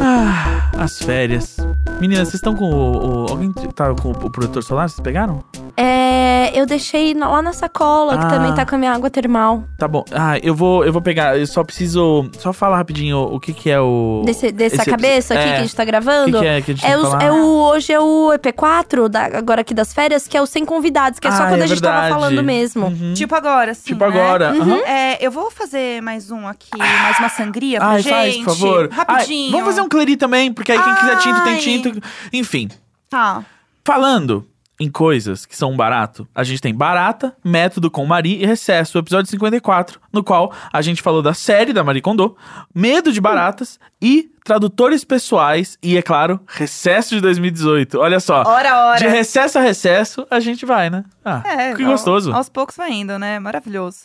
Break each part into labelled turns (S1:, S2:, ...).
S1: Ah, as férias. Meninas, vocês estão com o, o- Alguém tá com o protetor solar? Vocês pegaram?
S2: É, eu deixei na- lá na sacola,
S1: Ah.
S2: que também tá com a minha água termal.
S1: Tá bom. Ah, eu vou, eu vou pegar. Eu só preciso. Só falar rapidinho o, o que, que é o.
S2: Desse- dessa
S1: esse-
S2: cabeça aqui
S1: é.
S2: que a gente tá
S1: o que,
S2: gravando.
S1: que é que a gente
S2: É
S1: tem que
S2: os-
S1: falar?
S2: é o, hoje é o EP4, da- agora aqui das férias, que é o Sem Convidados, que é só
S1: Ah,
S2: quando
S1: é
S2: a gente tava
S1: verdade.
S2: falando mesmo.
S1: Uhum.
S3: Tipo agora, assim.
S1: Tipo
S3: né?
S1: agora. aham.
S3: É, eu vou fazer mais um aqui, mais uma sangria pra
S1: Ai,
S3: gente.
S1: faz, por favor. Ai,
S3: Rapidinho.
S1: vamos fazer um Clery também, porque aí quem quiser tinto tem
S3: Ai.
S1: tinto. Enfim,
S3: Tá.
S1: falando em coisas que são barato, a gente tem Barata, Método com Mari e Recesso, o episódio 54, no qual a gente falou da série da Marie Kondo, Medo de Baratas e Tradutores Pessoais e, é claro, Recesso de 2018. Olha só.
S3: Hora, hora.
S1: De recesso a recesso, a gente vai, né? Ah,
S3: É,
S1: que
S3: ao-
S1: gostoso.
S3: Aos poucos vai indo, né? Maravilhoso.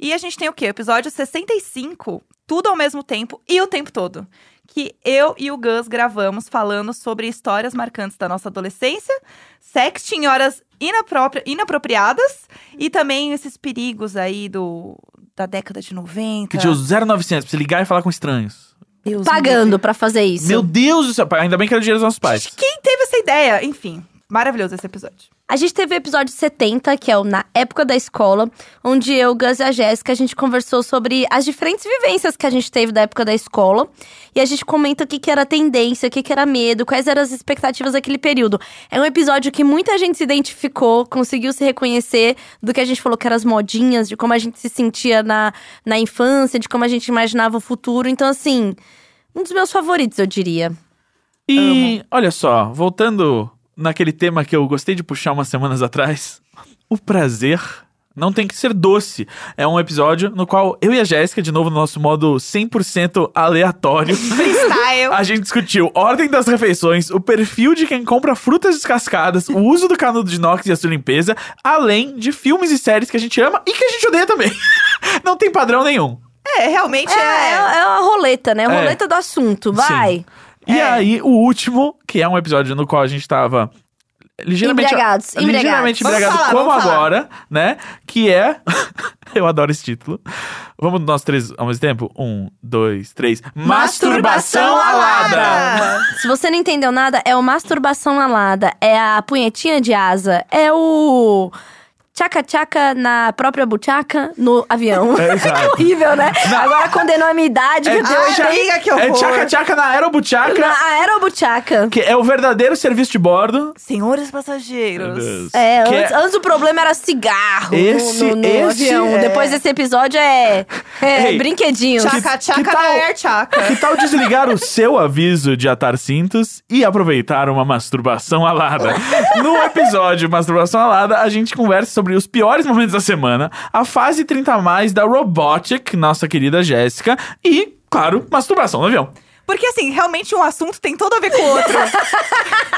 S3: E a gente tem o quê? Episódio 65, tudo ao mesmo tempo e o tempo todo. Que eu e o Gus gravamos falando sobre histórias marcantes da nossa adolescência, sexo em horas inapropria- inapropriadas e também esses perigos aí do, da década de 90.
S1: Que tinha os 0900 pra você ligar e falar com estranhos.
S3: Deus
S2: Pagando pra fazer isso.
S1: Meu Deus do céu, pai, ainda bem que era o dinheiro dos nossos
S3: me livre.
S1: pais.
S3: Gente, Quem teve essa ideia? Enfim, maravilhoso esse episódio.
S2: A gente teve o episódio 70, que é o Na Época da Escola, onde eu, Gus e a Jéssica, a gente conversou sobre as diferentes vivências que a gente teve da época da escola. E a gente comenta o que, que era tendência, o que, que era medo, quais eram as expectativas daquele período. É um episódio que muita gente se identificou, conseguiu se reconhecer do que a gente falou que eram as modinhas, de como a gente se sentia na, na infância, de como a gente imaginava o futuro. Então, assim, um dos meus favoritos, eu diria.
S1: E olha só, voltando naquele tema que eu gostei de puxar umas semanas atrás, o prazer não tem que ser doce. É um episódio no qual eu e a Jéssica, de novo no nosso modo 100% aleatório,
S3: Freestyle.
S1: a gente discutiu ordem das refeições, o perfil de quem compra frutas descascadas, o uso do canudo de inox e a sua limpeza, além de filmes e séries que a gente ama e que a gente odeia também. não tem padrão nenhum.
S3: é,
S2: É,
S3: realmente é.
S2: é uma roleta, né?
S1: É.
S2: Roleta do assunto, vai.
S1: Sim. E
S3: É.
S1: aí, o último, que é um episódio no qual a gente tava ligeiramente.
S2: Embriagados, embriagados.
S1: É, Ligeiramente
S3: Vamos
S1: embriagado,
S3: falar,
S1: como
S3: vamos falar.
S1: agora, né? Que é. Eu adoro esse título. Vamos nós três ao mesmo tempo? Um, dois, três. Masturbação,
S3: Masturbação
S1: alada!
S3: alada!
S2: Se você não entendeu nada, é o masturbação alada, é a punhetinha de asa, é o tchaca-tchaca na própria buchaca no avião.
S1: É, exato.
S2: horrível, né? Agora condenou a minha idade,
S1: É
S2: que deu
S3: Ai,
S1: tchaca-
S3: amiga, que
S1: É
S3: horror.
S1: tchaca-tchaca na aerobuchaca,
S2: na aerobuchaca.
S1: que é o verdadeiro serviço de bordo.
S3: Senhores passageiros.
S2: É,
S1: Que
S2: antes, antes o problema era cigarro no-
S1: Esse-
S2: no, no
S1: esse
S2: avião.
S1: é-
S2: Depois desse episódio é, é
S1: Ei,
S2: brinquedinhos.
S3: Tchaca, tchaca,
S1: que tal-
S3: da Air Tchaca.
S1: Que tal desligar o seu aviso de atar cintos e aproveitar uma masturbação alada? No episódio Masturbação Alada, a gente conversa sobre os piores momentos da semana, a fase 30 a mais da Robotic, nossa querida Jéssica, e, claro, masturbação no avião.
S3: Porque, assim, realmente um assunto tem todo a ver com o outro.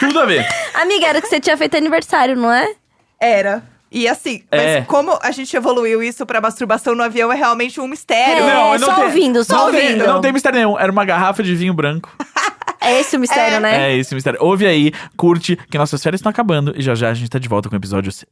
S1: Tudo a ver.
S2: Amiga, era que você tinha feito aniversário, não é?
S3: Era. E assim,
S1: É.
S3: mas como a gente evoluiu isso pra masturbação no avião é realmente um mistério.
S2: É,
S1: mas
S2: só ouvindo, só
S1: não
S2: ouvindo.
S1: Tem, não tem mistério nenhum. Era uma garrafa de vinho branco.
S2: É esse o mistério, né?
S1: É esse o mistério. Ouve aí, curte, que nossas férias estão acabando e já já a gente tá de volta com episódios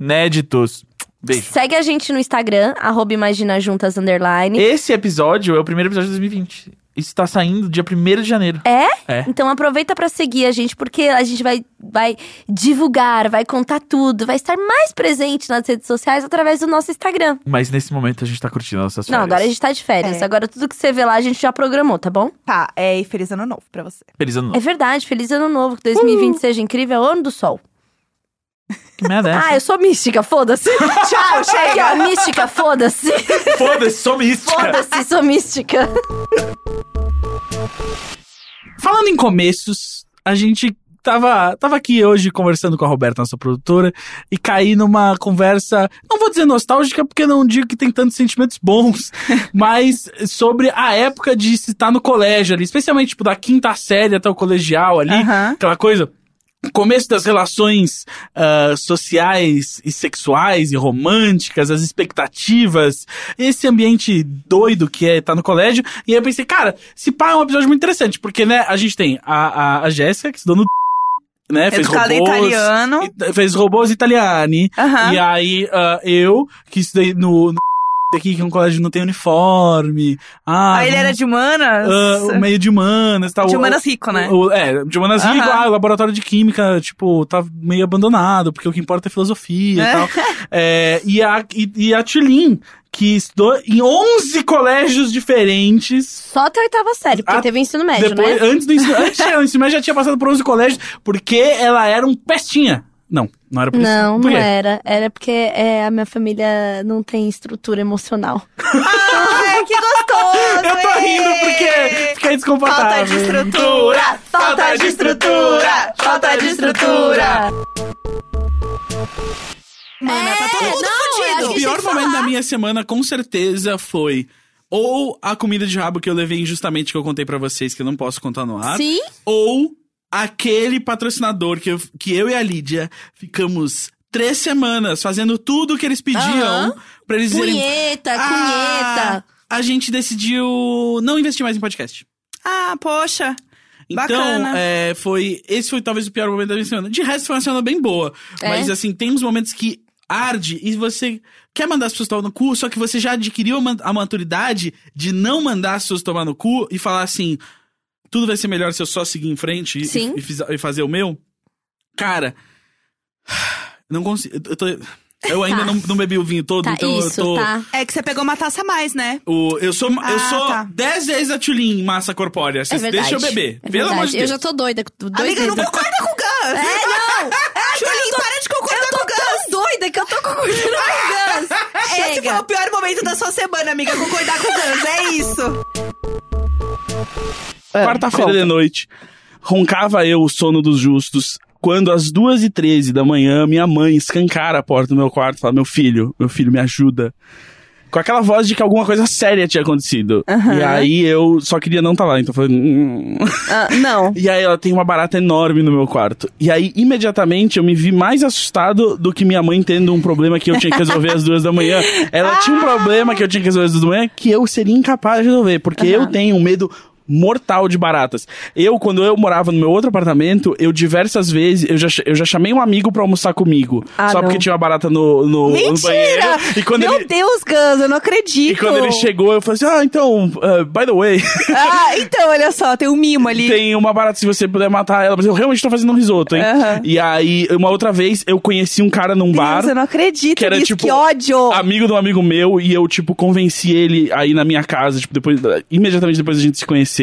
S1: inéditos. Beijo.
S2: Segue a gente no Instagram, arroba Imagina Juntas Underline.
S1: Esse episódio é o primeiro episódio de 2020. Isso tá saindo dia 1 de janeiro.
S2: É?
S1: É.
S2: Então aproveita pra seguir a gente, porque a gente vai, vai divulgar, vai contar tudo, vai estar mais presente nas redes sociais através do nosso Instagram.
S1: Mas nesse momento a gente tá curtindo nossas
S2: Não,
S1: férias.
S2: agora a gente tá de férias.
S3: É.
S2: Agora tudo que você vê lá a gente já programou, tá bom?
S3: Tá, é, e feliz ano novo pra você.
S1: Feliz ano
S2: É
S1: novo.
S2: verdade, feliz ano novo, que 2020 seja incrível, é ano do sol.
S1: Que merda é
S2: Ah, eu sou mística, foda-se.
S3: Tchau,
S2: Aqui,
S3: chega!
S2: ó, mística, foda-se.
S1: essa? Foda-se, sou mística.
S2: Foda-se, sou mística.
S1: Falando em começos, a gente tava, tava aqui hoje conversando com a Roberta, nossa produtora, e caí numa conversa, não vou dizer nostálgica, porque não digo que tem tantos sentimentos bons, mas sobre a época de se estar no colégio ali, especialmente tipo da quinta série até o colegial ali,
S3: Aham.
S1: aquela coisa. começo das relações ah, sociais e sexuais e românticas, as expectativas, esse ambiente doido que é estar no colégio. E aí eu pensei, cara, esse pá é um episódio muito interessante, porque, né, a gente tem a, a, a Jéssica, que se deu no d- né, fez
S3: Educada em
S1: robôs,
S3: italiano.
S1: e- fez robôs italiani,
S3: Aham.
S1: e aí ah, eu, que estudei no, no daqui, que é um colégio que não tem uniforme. Ah,
S3: Aí ele era de humanas.
S1: ah, o meio de humanas, tal.
S3: de
S1: O-
S3: humanas rico, né?
S1: o- é, de humanas
S3: Aham.
S1: Rico, ah, o laboratório de química, tipo, tá meio abandonado, porque o que importa é filosofia e
S3: É.
S1: tal. É, e, a, e, e a Tulin, que estudou em 11 colégios diferentes.
S2: Só até a oitava série, porque
S1: Ah,
S2: teve ensino médio,
S1: depois,
S2: né?
S1: Antes do ensino, antes do ensino médio já tinha passado por 11 colégios, porque ela era um pestinha. Não, não era por isso.
S2: Não,
S1: por
S2: não
S1: quê?
S2: era. Era porque é, a minha família não tem estrutura emocional.
S3: Ai, que gostoso!
S1: Eu tô
S3: hein?
S1: rindo porque fiquei desconfortável.
S3: Falta de estrutura! Falta de estrutura! Falta de estrutura! Mano, tá
S2: É,
S3: todo mundo
S1: O
S3: fodido!
S1: pior momento da minha semana, com certeza, foi ou a comida de rabo que eu levei injustamente, que eu contei pra vocês, que eu não posso contar no ar.
S2: Sim?
S1: Ou aquele patrocinador que eu, que eu e a Lídia ficamos três semanas fazendo tudo o que eles pediam
S2: Aham.
S1: pra eles dizerem...
S2: Punheta,
S1: "Ah, A gente decidiu não investir mais em podcast.
S3: Ah, poxa!
S1: Então,
S3: Bacana.
S1: é, foi. Esse foi talvez o pior momento da minha semana. De resto, foi uma semana bem boa.
S2: É?
S1: Mas assim, tem uns momentos que arde e você quer mandar as pessoas tomar no cu, só que você já adquiriu a man- a maturidade de não mandar as pessoas tomar no cu e falar assim: tudo vai ser melhor se eu só seguir em frente e,
S2: Sim.
S1: e fiz- e fazer o meu. Cara, não consigo. Eu, tô- eu ainda
S2: Tá.
S1: não, não bebi o vinho todo,
S2: Tá,
S1: então
S2: isso,
S1: eu tô.
S2: tá.
S3: É que você pegou uma taça a mais, né?
S1: o- eu sou, eu
S3: Ah,
S1: sou
S3: tá.
S1: 10 vezes a Tulin em massa corpórea.
S2: É
S1: Vocês
S2: verdade.
S1: deixam eu beber.
S2: É
S1: Pelo amor
S2: verdade.
S1: de
S2: Eu
S1: Deus.
S2: já tô doida. com Dois
S3: Amiga,
S2: meses.
S3: não concorda com o Gus! É, não! Julinho, para de concordar com o Gus!
S2: tão doida que eu tô concordando com o Gans.
S3: Esse foi o pior momento da sua semana, amiga, concordar com o Gus, é isso!
S1: Quarta-feira É, de noite, roncava eu o sono dos justos. Quando às 2h13 da manhã, minha mãe escancara a porta do meu quarto e fala: Meu filho, meu filho, me ajuda. Com aquela voz de que alguma coisa séria tinha acontecido. E aí eu só queria não estar lá, então eu falei. "Hum."
S3: não.
S1: E aí ela tem uma barata enorme no meu quarto. E aí, imediatamente, eu me vi mais assustado do que minha mãe tendo um problema que eu tinha que resolver às duas da manhã. Ela tinha um
S3: Ah!
S1: problema que eu tinha que resolver às duas da manhã que eu seria incapaz de resolver, porque eu tenho um medo mortal de baratas. Eu, quando eu morava no meu outro apartamento, eu diversas vezes, eu já, ch- eu já chamei um amigo pra almoçar comigo.
S3: Ah,
S1: só
S3: não.
S1: porque tinha uma barata no, no, no banheiro.
S3: Mentira!
S1: E quando
S3: Meu
S1: ele...
S3: Deus, Gus, eu não acredito!
S1: E quando ele chegou, eu falei assim, ah, então, eh, by the way,
S3: Ah, então, olha só, tem um mimo ali.
S1: tem uma barata se você puder matar ela. Mas eu realmente tô fazendo um risoto, hein?
S3: Aham.
S1: E aí, uma outra vez, eu conheci um cara num bar.
S3: Deus, eu não acredito
S1: que era,
S3: nisso,
S1: tipo,
S3: que ódio!
S1: Amigo de um amigo meu, e eu, tipo, convenci ele aí na minha casa, tipo, depois, imediatamente depois da gente se conhecer.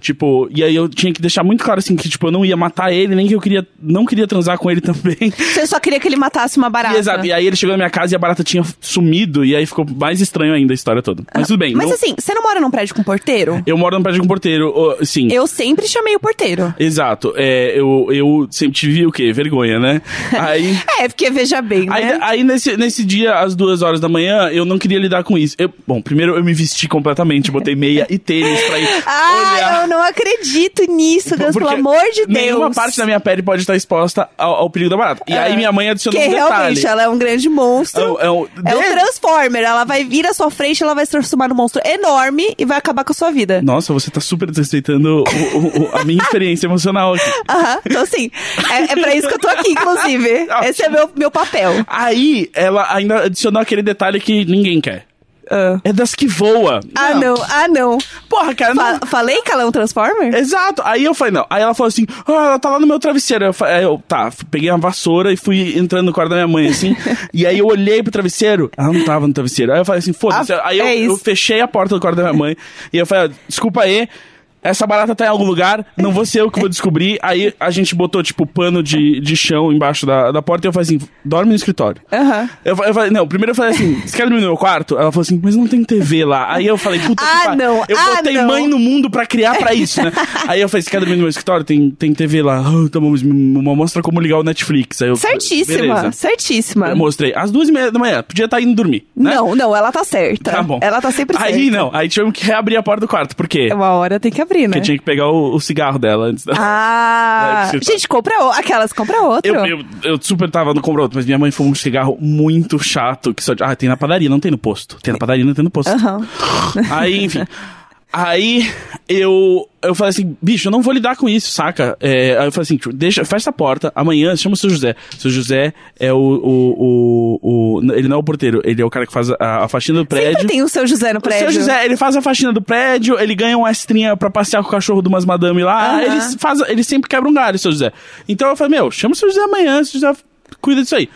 S1: Tipo, e aí eu tinha que deixar muito claro, assim, que, tipo, eu não ia matar ele, nem que eu queria, não queria transar com ele também.
S3: Você só queria que ele matasse uma barata.
S1: E, exato, e aí ele chegou na minha casa e a barata tinha sumido, e aí ficou mais estranho ainda a história toda. Mas tudo bem.
S3: Mas
S1: não-
S3: assim, você não mora num prédio com porteiro?
S1: Eu moro num prédio com porteiro, ô, sim.
S3: Eu sempre chamei o porteiro.
S1: Exato. É, eu, eu sempre tive o quê? Vergonha, né? Aí.
S3: É, porque veja bem,
S1: Aí,
S3: né?
S1: aí nesse, nesse dia, às duas horas da manhã, eu não queria lidar com isso. Eu- bom, primeiro eu me vesti completamente, botei meia e tênis pra ir
S3: Ah,
S1: olhar.
S3: eu não acredito nisso, Gus, pelo
S1: Porque
S3: amor de Deus.
S1: Nenhuma parte da minha pele pode estar exposta ao, ao perigo da barata. E aí minha mãe adicionou
S3: Porque
S1: um detalhe.
S3: Ah, realmente ela é um grande monstro.
S1: É um- é um-
S3: É um
S1: de-
S3: Transformer, ela vai vir à sua frente, ela vai se transformar num monstro enorme e vai acabar com a sua vida.
S1: Nossa, você tá super desrespeitando o- o- o- a minha experiência emocional aqui.
S3: Aham, então assim, é, é pra isso que eu tô aqui, inclusive. Esse é meu, meu papel.
S1: Aí ela ainda adicionou aquele detalhe que ninguém quer.
S3: Ah.
S1: É das que voa.
S3: Ah, não, ah, não.
S1: Porra, cara, não,
S3: Fa- falei que ela é um Transformer?
S1: Exato. Aí eu falei, não. Aí ela falou assim, ah, ela tá lá no meu travesseiro. Eu falei, aí eu, tá, f- peguei uma vassoura e fui entrando no quarto da minha mãe, assim. e aí eu olhei pro travesseiro, ela não tava no travesseiro. Aí eu falei assim, foda-se.
S3: Ah,
S1: aí eu,
S3: é isso.
S1: eu fechei a porta do quarto da minha mãe. e eu falei, ó, desculpa aí, essa barata tá em algum lugar, não vou ser eu que vou descobrir. Aí a gente botou, tipo, pano de, de chão embaixo da, da porta e eu falei assim, dorme no escritório.
S3: Aham.
S1: Eu, fa- eu falei, não, primeiro eu falei assim, você quer dormir no meu quarto? Ela falou assim, mas não tem TV lá. Aí eu falei, puta
S3: Ah,
S1: que pariu.
S3: não,
S1: Eu
S3: ah,
S1: botei
S3: não.
S1: mãe no mundo pra criar pra isso, né? Aí eu falei, você quer dormir no meu escritório? Tem, tem TV lá. Ah, então vamos, me me mostra como ligar o Netflix. Aí eu,
S3: Certíssima,
S1: beleza.
S3: certíssima.
S1: Eu mostrei. Às duas e meia da manhã, podia estar indo dormir, né?
S3: Não, não, ela tá certa.
S1: Tá bom.
S3: Ela tá sempre
S1: Aí
S3: certa.
S1: não, aí tivemos que reabrir a porta do quarto, porque...
S3: É Uma hora tem que descobrir, né?
S1: Porque tinha que pegar o, o cigarro dela antes da.
S3: Ah,
S1: Não,
S3: gente, compra o... aquelas, compra outro.
S1: Eu, eu, eu super tava no compro outro, mas minha mãe fumou um cigarro muito chato que só. Ah, tem na padaria, não tem no posto. Tem na padaria, não tem no posto.
S3: É. Aham.
S1: Aí, enfim. Aí eu, eu falei assim, bicho, eu não vou lidar com isso, saca? É, aí eu falei assim, tipo, deixa, fecha a porta, amanhã chama o seu José. O seu José é o, o, o, o- Ele não é o porteiro, ele é o cara que faz a, a faxina do prédio.
S3: Sempre tem o seu José no prédio.
S1: É O seu José, ele faz a faxina do prédio, ele ganha uma estrinha pra passear com o cachorro de umas madame lá.
S3: Aham.
S1: Ele, faz, ele sempre quebra um galho, seu José. Então eu falei, meu, chama o seu José amanhã, seu José cuida disso aí.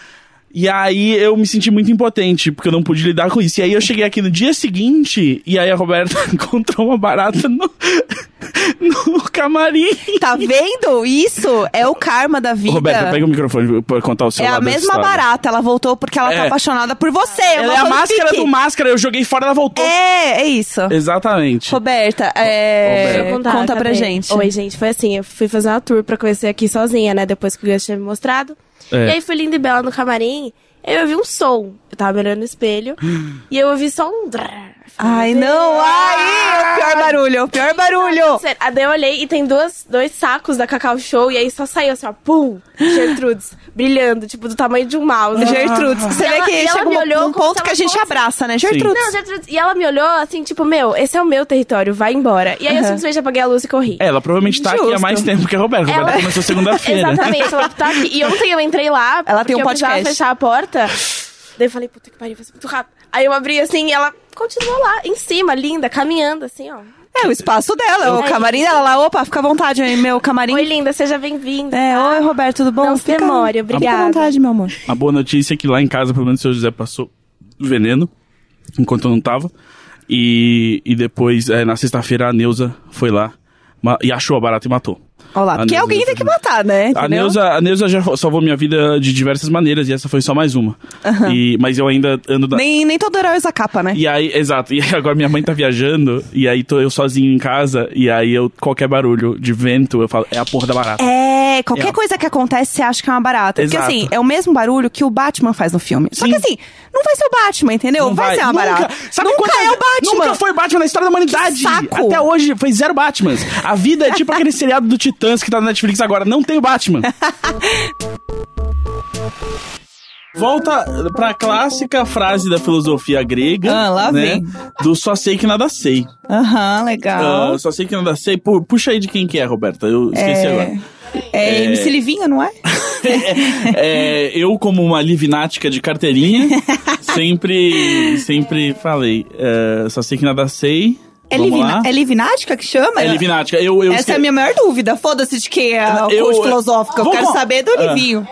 S1: E aí eu me senti muito impotente, porque eu não pude lidar com isso. E aí eu cheguei aqui no dia seguinte, e aí a Roberta encontrou uma barata no, no camarim.
S3: Tá vendo? Isso é o karma da vida.
S1: Roberta, pega o microfone pra contar o seu
S3: é a
S1: lado dessa
S3: mesma
S1: história.
S3: barata, ela voltou porque ela tá
S1: É.
S3: apaixonada por você.
S1: Ela é a máscara do máscara, eu joguei fora, ela voltou.
S3: É, é isso.
S1: Exatamente.
S3: Roberta, é,
S1: Roberta.
S3: conta pra
S4: acabei.
S3: gente.
S4: Oi, gente, foi assim, eu fui fazer uma tour pra conhecer aqui sozinha, né, depois que o Gus tinha me mostrado.
S1: É.
S4: E aí fui linda e bela no camarim, aí eu ouvi um som. Eu tava olhando no espelho, e eu ouvi só um... drrr.
S3: Ai, não, ai, é o pior barulho, é o pior barulho.
S4: Sério, aí daí eu olhei e tem duas, dois sacos da Cacau Show, e aí só saiu assim, ó, pum, Gertrudes, brilhando, tipo, do tamanho de um mouse.
S3: Gertrudes, você
S4: E
S3: vê
S4: ela-
S3: que
S4: e ela
S3: chega
S4: me olhou
S3: um, um
S4: como
S3: ponto
S4: se
S3: que a
S4: ela
S3: gente
S4: fosse-
S3: aberraça, né, Gertrudes?
S4: Não, Gertrudes. E ela me olhou assim, tipo, meu, esse é o meu território, vai embora. E aí eu
S3: Aham.
S4: simplesmente apaguei a luz e corri.
S1: Ela provavelmente tá aqui há
S3: Justo.
S1: mais tempo que a Roberta. A Roberta
S4: Ela-
S1: começou segunda-feira.
S4: Exatamente, ela tá aqui. E ontem eu entrei lá,
S3: Ela tem
S4: porque
S3: um
S4: eu precisava
S3: podcast.
S4: fechar a porta. Daí eu falei, puta que pariu, vai ser muito rápido. Aí eu abri assim e ela continuou lá, em cima, linda, caminhando assim, ó.
S3: É o espaço dela, é o
S4: É.
S3: camarim dela lá. Opa, fica à vontade aí, meu camarim.
S4: Oi, linda, seja bem-vinda.
S3: É, oi, Roberto, tudo bom?
S4: Não se
S3: Fica-
S4: demore,
S3: Fica à
S4: obrigada.
S3: vontade, meu amor.
S1: A boa notícia é que lá em casa, pelo menos o seu José passou veneno, enquanto eu não tava. E, e depois, eh, na sexta-feira, a Neuza foi lá ma- e achou a barata e matou.
S3: Olha lá,
S1: A
S3: porque
S1: Neuza
S3: alguém
S1: já
S3: tem que
S1: foi-
S3: matar, né?
S1: A
S3: entendeu?
S1: Neuza, a Neuza já salvou minha vida de diversas maneiras e essa foi só mais uma. E, mas eu ainda ando da,
S3: Nem, nem todo herói usa capa, né?
S1: E aí, exato. E aí agora minha mãe tá viajando, e aí tô eu sozinho em casa, e aí eu, qualquer barulho de vento, eu falo, é a porra da barata.
S3: É, qualquer
S1: É.
S3: coisa que acontece, você acha que é uma barata.
S1: Exato.
S3: Porque assim, é o mesmo barulho que o Batman faz no filme. Só que
S1: Sim.
S3: assim, não vai ser o Batman, entendeu?
S1: Não
S3: vai, ser uma
S1: nunca,
S3: barata.
S1: Sabe
S3: nunca
S1: quantas-
S3: é o Batman.
S1: Nunca foi Batman na história da humanidade.
S3: Que saco.
S1: Até hoje foi zero Batmans. A vida é tipo aquele seriado do Titãs que tá na Netflix agora. Não tem o Batman. Volta pra clássica frase da filosofia grega,
S3: Ah, lá
S1: né?
S3: vem.
S1: Do só sei que nada sei.
S3: Aham, legal.
S1: Ah, só sei que nada sei. Pu- Puxa aí de quem que é, Roberta. Eu esqueci agora.
S3: é, MC Livinho, não é?
S1: É, eu, como uma livnática de carteirinha, sempre, sempre falei, é, só sei que nada sei.
S3: É,
S1: Vamos
S3: livina-
S1: lá.
S3: é Livinática que chama?
S1: É livnática. Eu, eu
S3: Essa é a
S1: esque-
S3: minha maior dúvida. Foda-se de quem é o
S1: Eu-
S3: coach filosófico. Eu
S1: Vamos
S3: quero
S1: lá.
S3: saber do
S1: Ah.
S3: Livinho.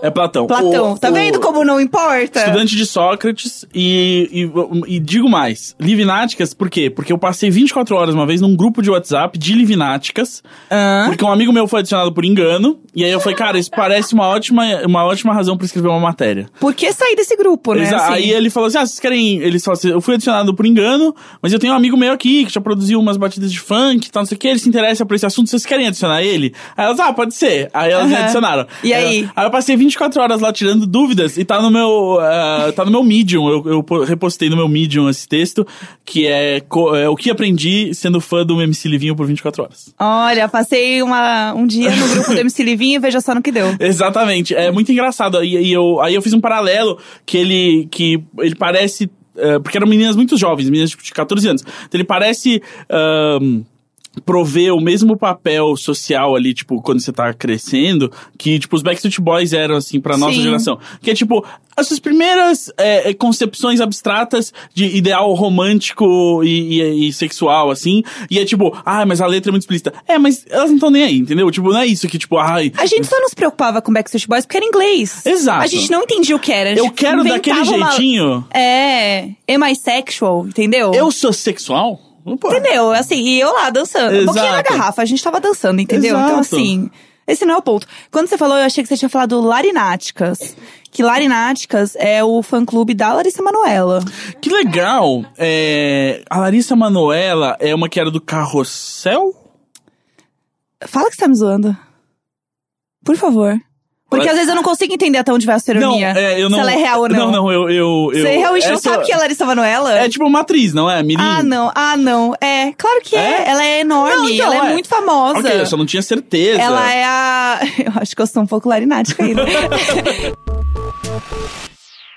S1: É Platão.
S3: Platão.
S1: O-
S3: tá
S1: o
S3: vendo como é? não importa?
S1: Estudante de Sócrates e, e, e digo mais, livnáticas, por quê? Porque eu passei 24 horas uma vez num grupo de WhatsApp de livnáticas,
S3: Hã?
S1: porque um amigo meu foi adicionado por engano, e aí eu falei, cara, isso parece uma ótima, uma ótima razão pra escrever uma matéria.
S3: Por que sair desse grupo, né?
S1: Exa-
S3: assim?
S1: Aí ele falou assim: Ah, vocês querem. Eles falaram assim, eu fui adicionado por engano, mas eu tenho um amigo meu aqui que já produziu umas batidas de funk e tal, não sei o que, ele se interessa por esse assunto, vocês querem adicionar ele? Aí elas, ah, pode ser. Aí elas me
S3: Aham.
S1: adicionaram.
S3: E
S1: Aí eu-
S3: aí?
S1: Aí eu passei 24 horas lá tirando dúvidas e tá no meu. ah, tá no meu Medium. Eu, eu po- repostei no meu Medium esse texto, que é, co- é o que aprendi sendo fã do MC Livinho por 24 horas.
S3: Olha, passei uma- um dia no grupo do MC Livinho e veja só no que deu.
S1: Exatamente. É muito engraçado. E, e eu, aí eu fiz um paralelo que ele, que ele parece. eh, porque eram meninas muito jovens, meninas tipo, de 14 anos. Então ele parece. ahn, prover o mesmo papel social ali, tipo, quando você tá crescendo, que, tipo, os Backstreet Boys eram, assim, pra nossa
S3: Sim.
S1: geração. Que é, tipo, as suas primeiras eh, eh, concepções abstratas de ideal romântico e, e- e sexual, assim. E é, tipo, ah, mas a letra é muito explícita. É, mas elas não estão nem aí, entendeu? Tipo, não é isso que, tipo, ai,
S3: A gente só não se preocupava com Backstreet Boys porque era inglês.
S1: Exato.
S3: A gente não entendia o que era. a gente
S1: Eu quero daquele
S3: inventava uma-
S1: jeitinho.
S3: É, é mais sexual, entendeu?
S1: Eu sou sexual? Não pode.
S3: Entendeu? Assim, e eu lá dançando. Um pouquinho na
S1: Exato.
S3: garrafa, a gente tava dançando, entendeu? Então,
S1: Exato.
S3: assim, esse não é o ponto. Quando você falou, eu achei que você tinha falado Larináticas. Que Larináticas é o fã-clube da Larissa Manoela.
S1: Que legal. É, a Larissa Manoela é uma que era do Carrossel?
S3: Fala que você tá me zoando. Por favor. Porque às vezes eu não consigo entender até onde vai a sua
S1: Não,
S3: ironia.
S1: é, eu não.
S3: Se ela é real ou não.
S1: Não, não, eu. eu, eu
S3: Você realmente não
S1: essa-
S3: sabe que é Larissa Manoela?
S1: É tipo uma atriz, não é? Mirim.
S3: Ah, não. Ah, não. É, claro que é.
S1: É?
S3: Ela é enorme.
S1: Não, então,
S3: ela é,
S1: é.
S3: muito famosa.
S1: Ok, eu só não tinha certeza.
S3: Ela é a. Eu acho que eu sou um pouco larinática ainda.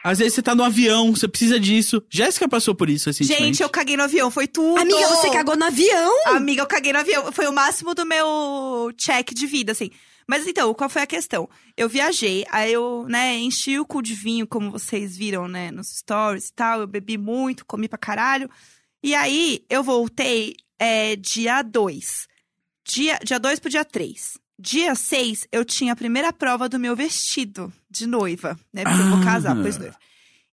S1: Às vezes você tá no avião, você precisa disso. Jéssica passou por isso recentemente.
S5: Gente, eu caguei no avião, foi tudo.
S6: Amiga, você cagou no avião?
S5: Amiga, eu caguei no avião. Foi o máximo do meu check de vida, assim. Mas então, qual foi a questão? Eu viajei, aí eu, né, enchi o cu de vinho, como vocês viram, né, nos stories e tal. Eu bebi muito, comi pra caralho. E aí, eu voltei é, dia 2. Dia, dia 2 pro dia 3. Dia 6, eu tinha a primeira prova do meu vestido de noiva, né? Porque eu vou casar,
S1: Ah.
S5: pois noiva.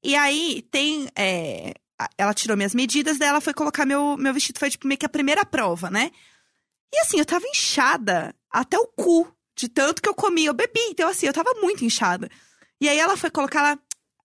S5: E aí, tem. é, a- ela tirou minhas medidas, daí ela foi colocar meu, meu vestido. Foi tipo meio que a primeira prova, né? E assim, eu tava inchada até o cu, de tanto que eu comi, eu bebi. Então, assim, eu tava muito inchada. E aí ela foi colocar lá.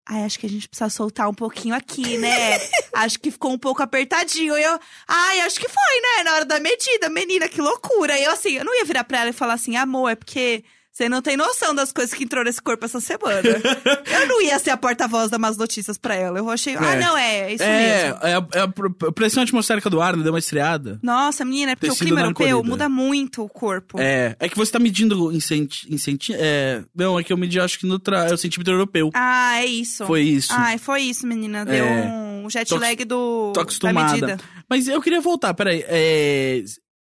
S5: Ai, acho que a gente precisa soltar um pouquinho aqui, né? acho que ficou um pouco apertadinho. E eu, ai, acho que foi, né? Na hora da medida, menina, que loucura. E eu, assim, eu não ia virar pra ela e falar assim, amor, é porque você não tem noção das coisas que entrou nesse corpo essa semana. eu não ia ser a porta-voz das más notícias pra ela. Eu achei, ah,
S1: É.
S5: não, é, é isso
S1: É,
S5: mesmo.
S1: é a, é a pr- a pressão atmosférica do ar, né? Deu uma estreada.
S5: Nossa, menina, é porque
S1: Tecido
S5: o clima
S1: na
S5: europeu
S1: corrida.
S5: muda muito o corpo.
S1: É, é que você tá medindo em centi... em centi- é, não, é que eu medi, acho que no tra... é o centímetro europeu.
S5: Ah, é isso.
S1: Foi isso.
S3: Ah.
S5: Ai, foi isso, menina. Deu
S1: É.
S5: um jet
S1: Tô acos-
S5: lag do,
S1: Tô
S5: da
S1: acostumada.
S5: medida.
S1: Mas eu queria voltar, peraí. É,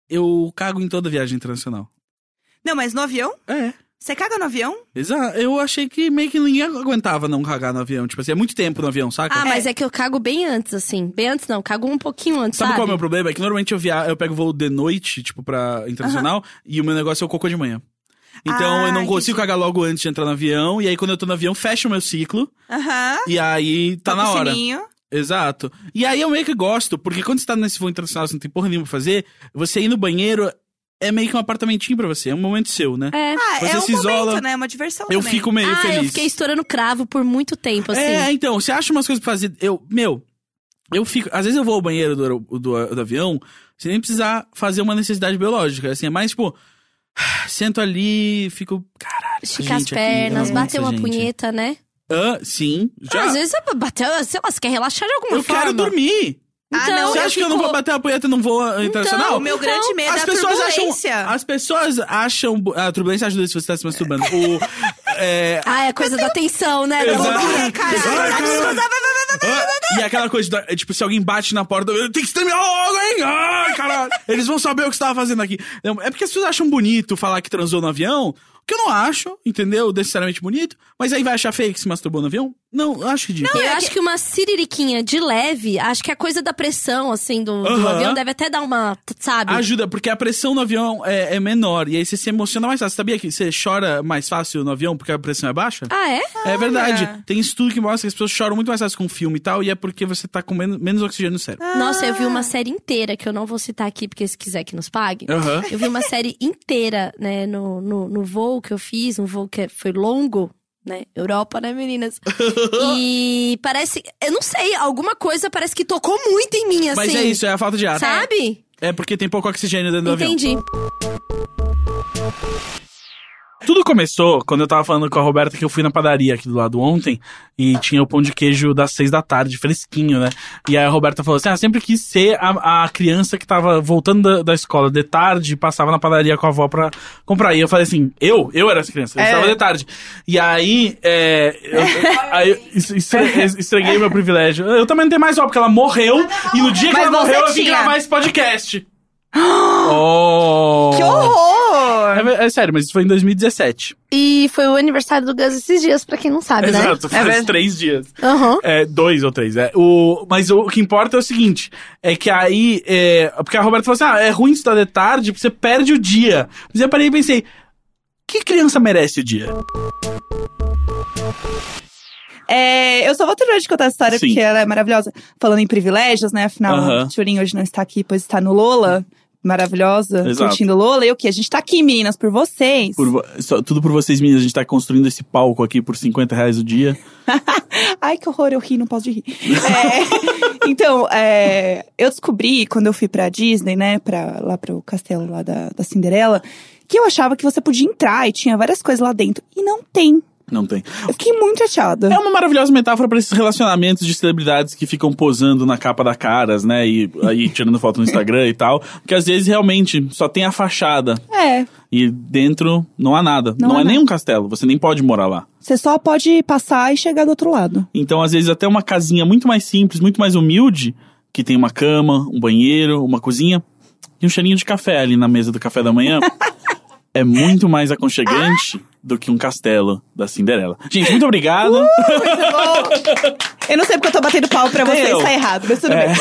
S1: eu cago em toda viagem internacional.
S5: Não, mas no avião?
S1: É.
S5: Você caga no avião?
S1: Exato. Eu achei que meio que ninguém aguentava não cagar no avião. Tipo assim, é muito tempo no avião, saca?
S2: Ah, mas é que eu cago bem antes, assim. Bem antes não, cago um pouquinho antes,
S1: Sabe
S2: sabe?
S1: qual é o meu problema? É que normalmente eu, via... eu pego voo de noite, tipo, pra internacional, e o meu negócio é o cocô de manhã. Então
S5: Ah,
S1: eu não consigo
S5: entendi.
S1: cagar logo antes de entrar no avião, e aí quando eu tô no avião, fecha o meu ciclo,
S5: Aham.
S1: e aí tá
S5: Toca
S1: na
S5: o
S1: hora.
S5: sininho.
S1: Exato. E aí eu meio que gosto, porque quando você tá nesse voo internacional, você não tem porra nenhuma pra fazer, você ir no banheiro é meio que um apartamentinho pra você, é um momento seu, né?
S2: É.
S5: Ah,
S1: Você
S5: é um
S1: se
S5: momento,
S1: isola.
S5: né? É uma diversão
S1: eu
S5: também.
S1: fico meio
S2: ah,
S1: feliz.
S2: eu fiquei estourando cravo por muito tempo, assim.
S1: É, então, você acha umas coisas pra fazer. Eu, meu, eu fico. Às vezes eu vou ao banheiro do, aero- do, do avião sem nem precisar fazer uma necessidade biológica. Assim, é mais tipo. Sento ali, fico. Caralho. essa
S2: Esticar as
S1: gente aqui,
S2: pernas,
S1: ela aguenta
S2: bater uma
S1: essa gente.
S2: punheta, né?
S1: Hã? sim. Já.
S2: Às vezes você bateu, sei lá, você quer relaxar de alguma
S1: eu
S2: forma.
S1: quero dormir.
S5: Ah,
S2: Então,
S5: não,
S1: você
S5: eu
S1: acha que eu não
S2: fico- Então,
S1: vou bater uma punheta num voo ah, internacional?
S5: O meu grande medo é
S1: As
S5: a
S1: pessoas acham.
S5: turbulência.
S1: As pessoas acham. bu- A turbulência ajuda se você tá se masturbando. O. É.
S2: Ah, é a coisa da tensão, né? Da
S1: Exato.
S2: bombinha.
S1: Exato. Ah, E aquela coisa, da- é, tipo, se alguém bate na porta, eu tenho que terminar logo, hein? Ai, caralho. Eles vão saber o que você tava fazendo aqui. Não, É porque as pessoas acham bonito falar que transou no avião, que eu não acho, entendeu? Necessariamente bonito. Mas aí vai achar feio que se masturbou no avião? Não, eu acho ridículo.
S5: é-
S2: Eu acho que uma siririquinha de leve, acho que a coisa da pressão, assim, do, do
S1: Aham.
S2: avião deve até dar uma, t- sabe?
S1: Ajuda, porque a pressão no avião é, é menor. E aí você se emociona mais fácil. Sabia que você chora mais fácil no avião porque a pressão é baixa?
S2: Ah, é?
S1: é verdade. Tem estudo que mostra que as pessoas choram muito mais fácil com filme e tal. E é porque você tá com menos, menos oxigênio no cérebro.
S2: Nossa, eu vi uma série inteira, que eu não vou citar aqui, porque se quiser que nos pague.
S1: Aham.
S2: Eu vi uma série inteira, né, no, no, no voo que eu fiz, um voo que foi longo, né? Europa, né, meninas? E parece. Eu não sei, alguma coisa parece que tocou muito em mim, assim.
S1: Mas é isso, é a falta de ar.
S2: Sabe?
S1: É porque tem pouco oxigênio dentro do avião.
S2: Entendi.
S1: Tudo começou quando eu tava falando com a Roberta que eu fui na padaria aqui do lado ontem e tinha o pão de queijo das seis da tarde, fresquinho, né? E aí a Roberta falou assim: ah, sempre quis ser a, a criança que tava voltando da, da escola de tarde e passava na padaria com a avó pra comprar. E eu falei assim: eu? Eu era essa
S7: É.
S1: criança, eu estava de tarde. E aí, é, eu, aí eu es- estre- es- estreguei meu privilégio. Eu também não tenho mais avó, porque ela morreu e no dia que
S7: Mas
S1: ela
S7: você
S1: morreu eu vim
S7: tinha.
S1: gravar esse podcast. oh.
S7: Que horror!
S1: É, ve- é sério, mas isso foi em 2017.
S6: E foi o aniversário do Gus esses dias, pra quem não sabe, né?
S1: Exato, faz
S7: É verdade.
S1: três dias.
S6: Aham.
S1: É, dois ou três, é. O, mas o, que importa é o seguinte: é que aí. é, porque a Roberta falou assim: ah, é ruim estudar de tarde, porque você perde o dia. Mas eu parei e pensei: que criança merece o dia?
S3: É, eu só vou terminar de contar essa história
S1: Sim.
S3: porque ela é maravilhosa. Falando em privilégios, né? Afinal,
S1: Aham.
S3: o Turinho hoje não está aqui, pois está no Lola. Maravilhosa,
S1: Exato.
S3: curtindo Lola. E o que? A gente tá aqui, meninas, por vocês.
S1: tudo por vocês, meninas. A gente tá construindo esse palco aqui por 50 reais o dia.
S3: Ai, que horror, eu ri, não posso de rir. É, então, é, eu descobri quando eu fui pra Disney, né? Pra, lá pro castelo lá da, da Cinderela, que eu achava que você podia entrar e tinha várias coisas lá dentro. E E não tem.
S1: Não tem.
S3: Eu fiquei muito chateada.
S1: É uma maravilhosa metáfora pra esses relacionamentos de celebridades que ficam posando na capa da Caras, né? E aí tirando foto no Instagram e tal. Porque às vezes realmente só tem a fachada.
S3: É.
S1: E dentro não há nada. Não,
S3: Não
S1: é
S3: há nada.
S1: nem um castelo. Você nem pode morar lá.
S3: Você só pode passar e chegar do outro lado.
S1: Então, às vezes, até uma casinha muito mais simples, muito mais humilde, que tem uma cama, um banheiro, uma cozinha e um cheirinho de café ali na mesa do café da manhã, é muito mais aconchegante do que um castelo da Cinderela. Gente, muito obrigado.
S3: Uh! Eu não sei porque eu tô batendo pau pra vocês,
S1: eu.
S3: tá errado, mas tudo
S1: É.
S3: bem.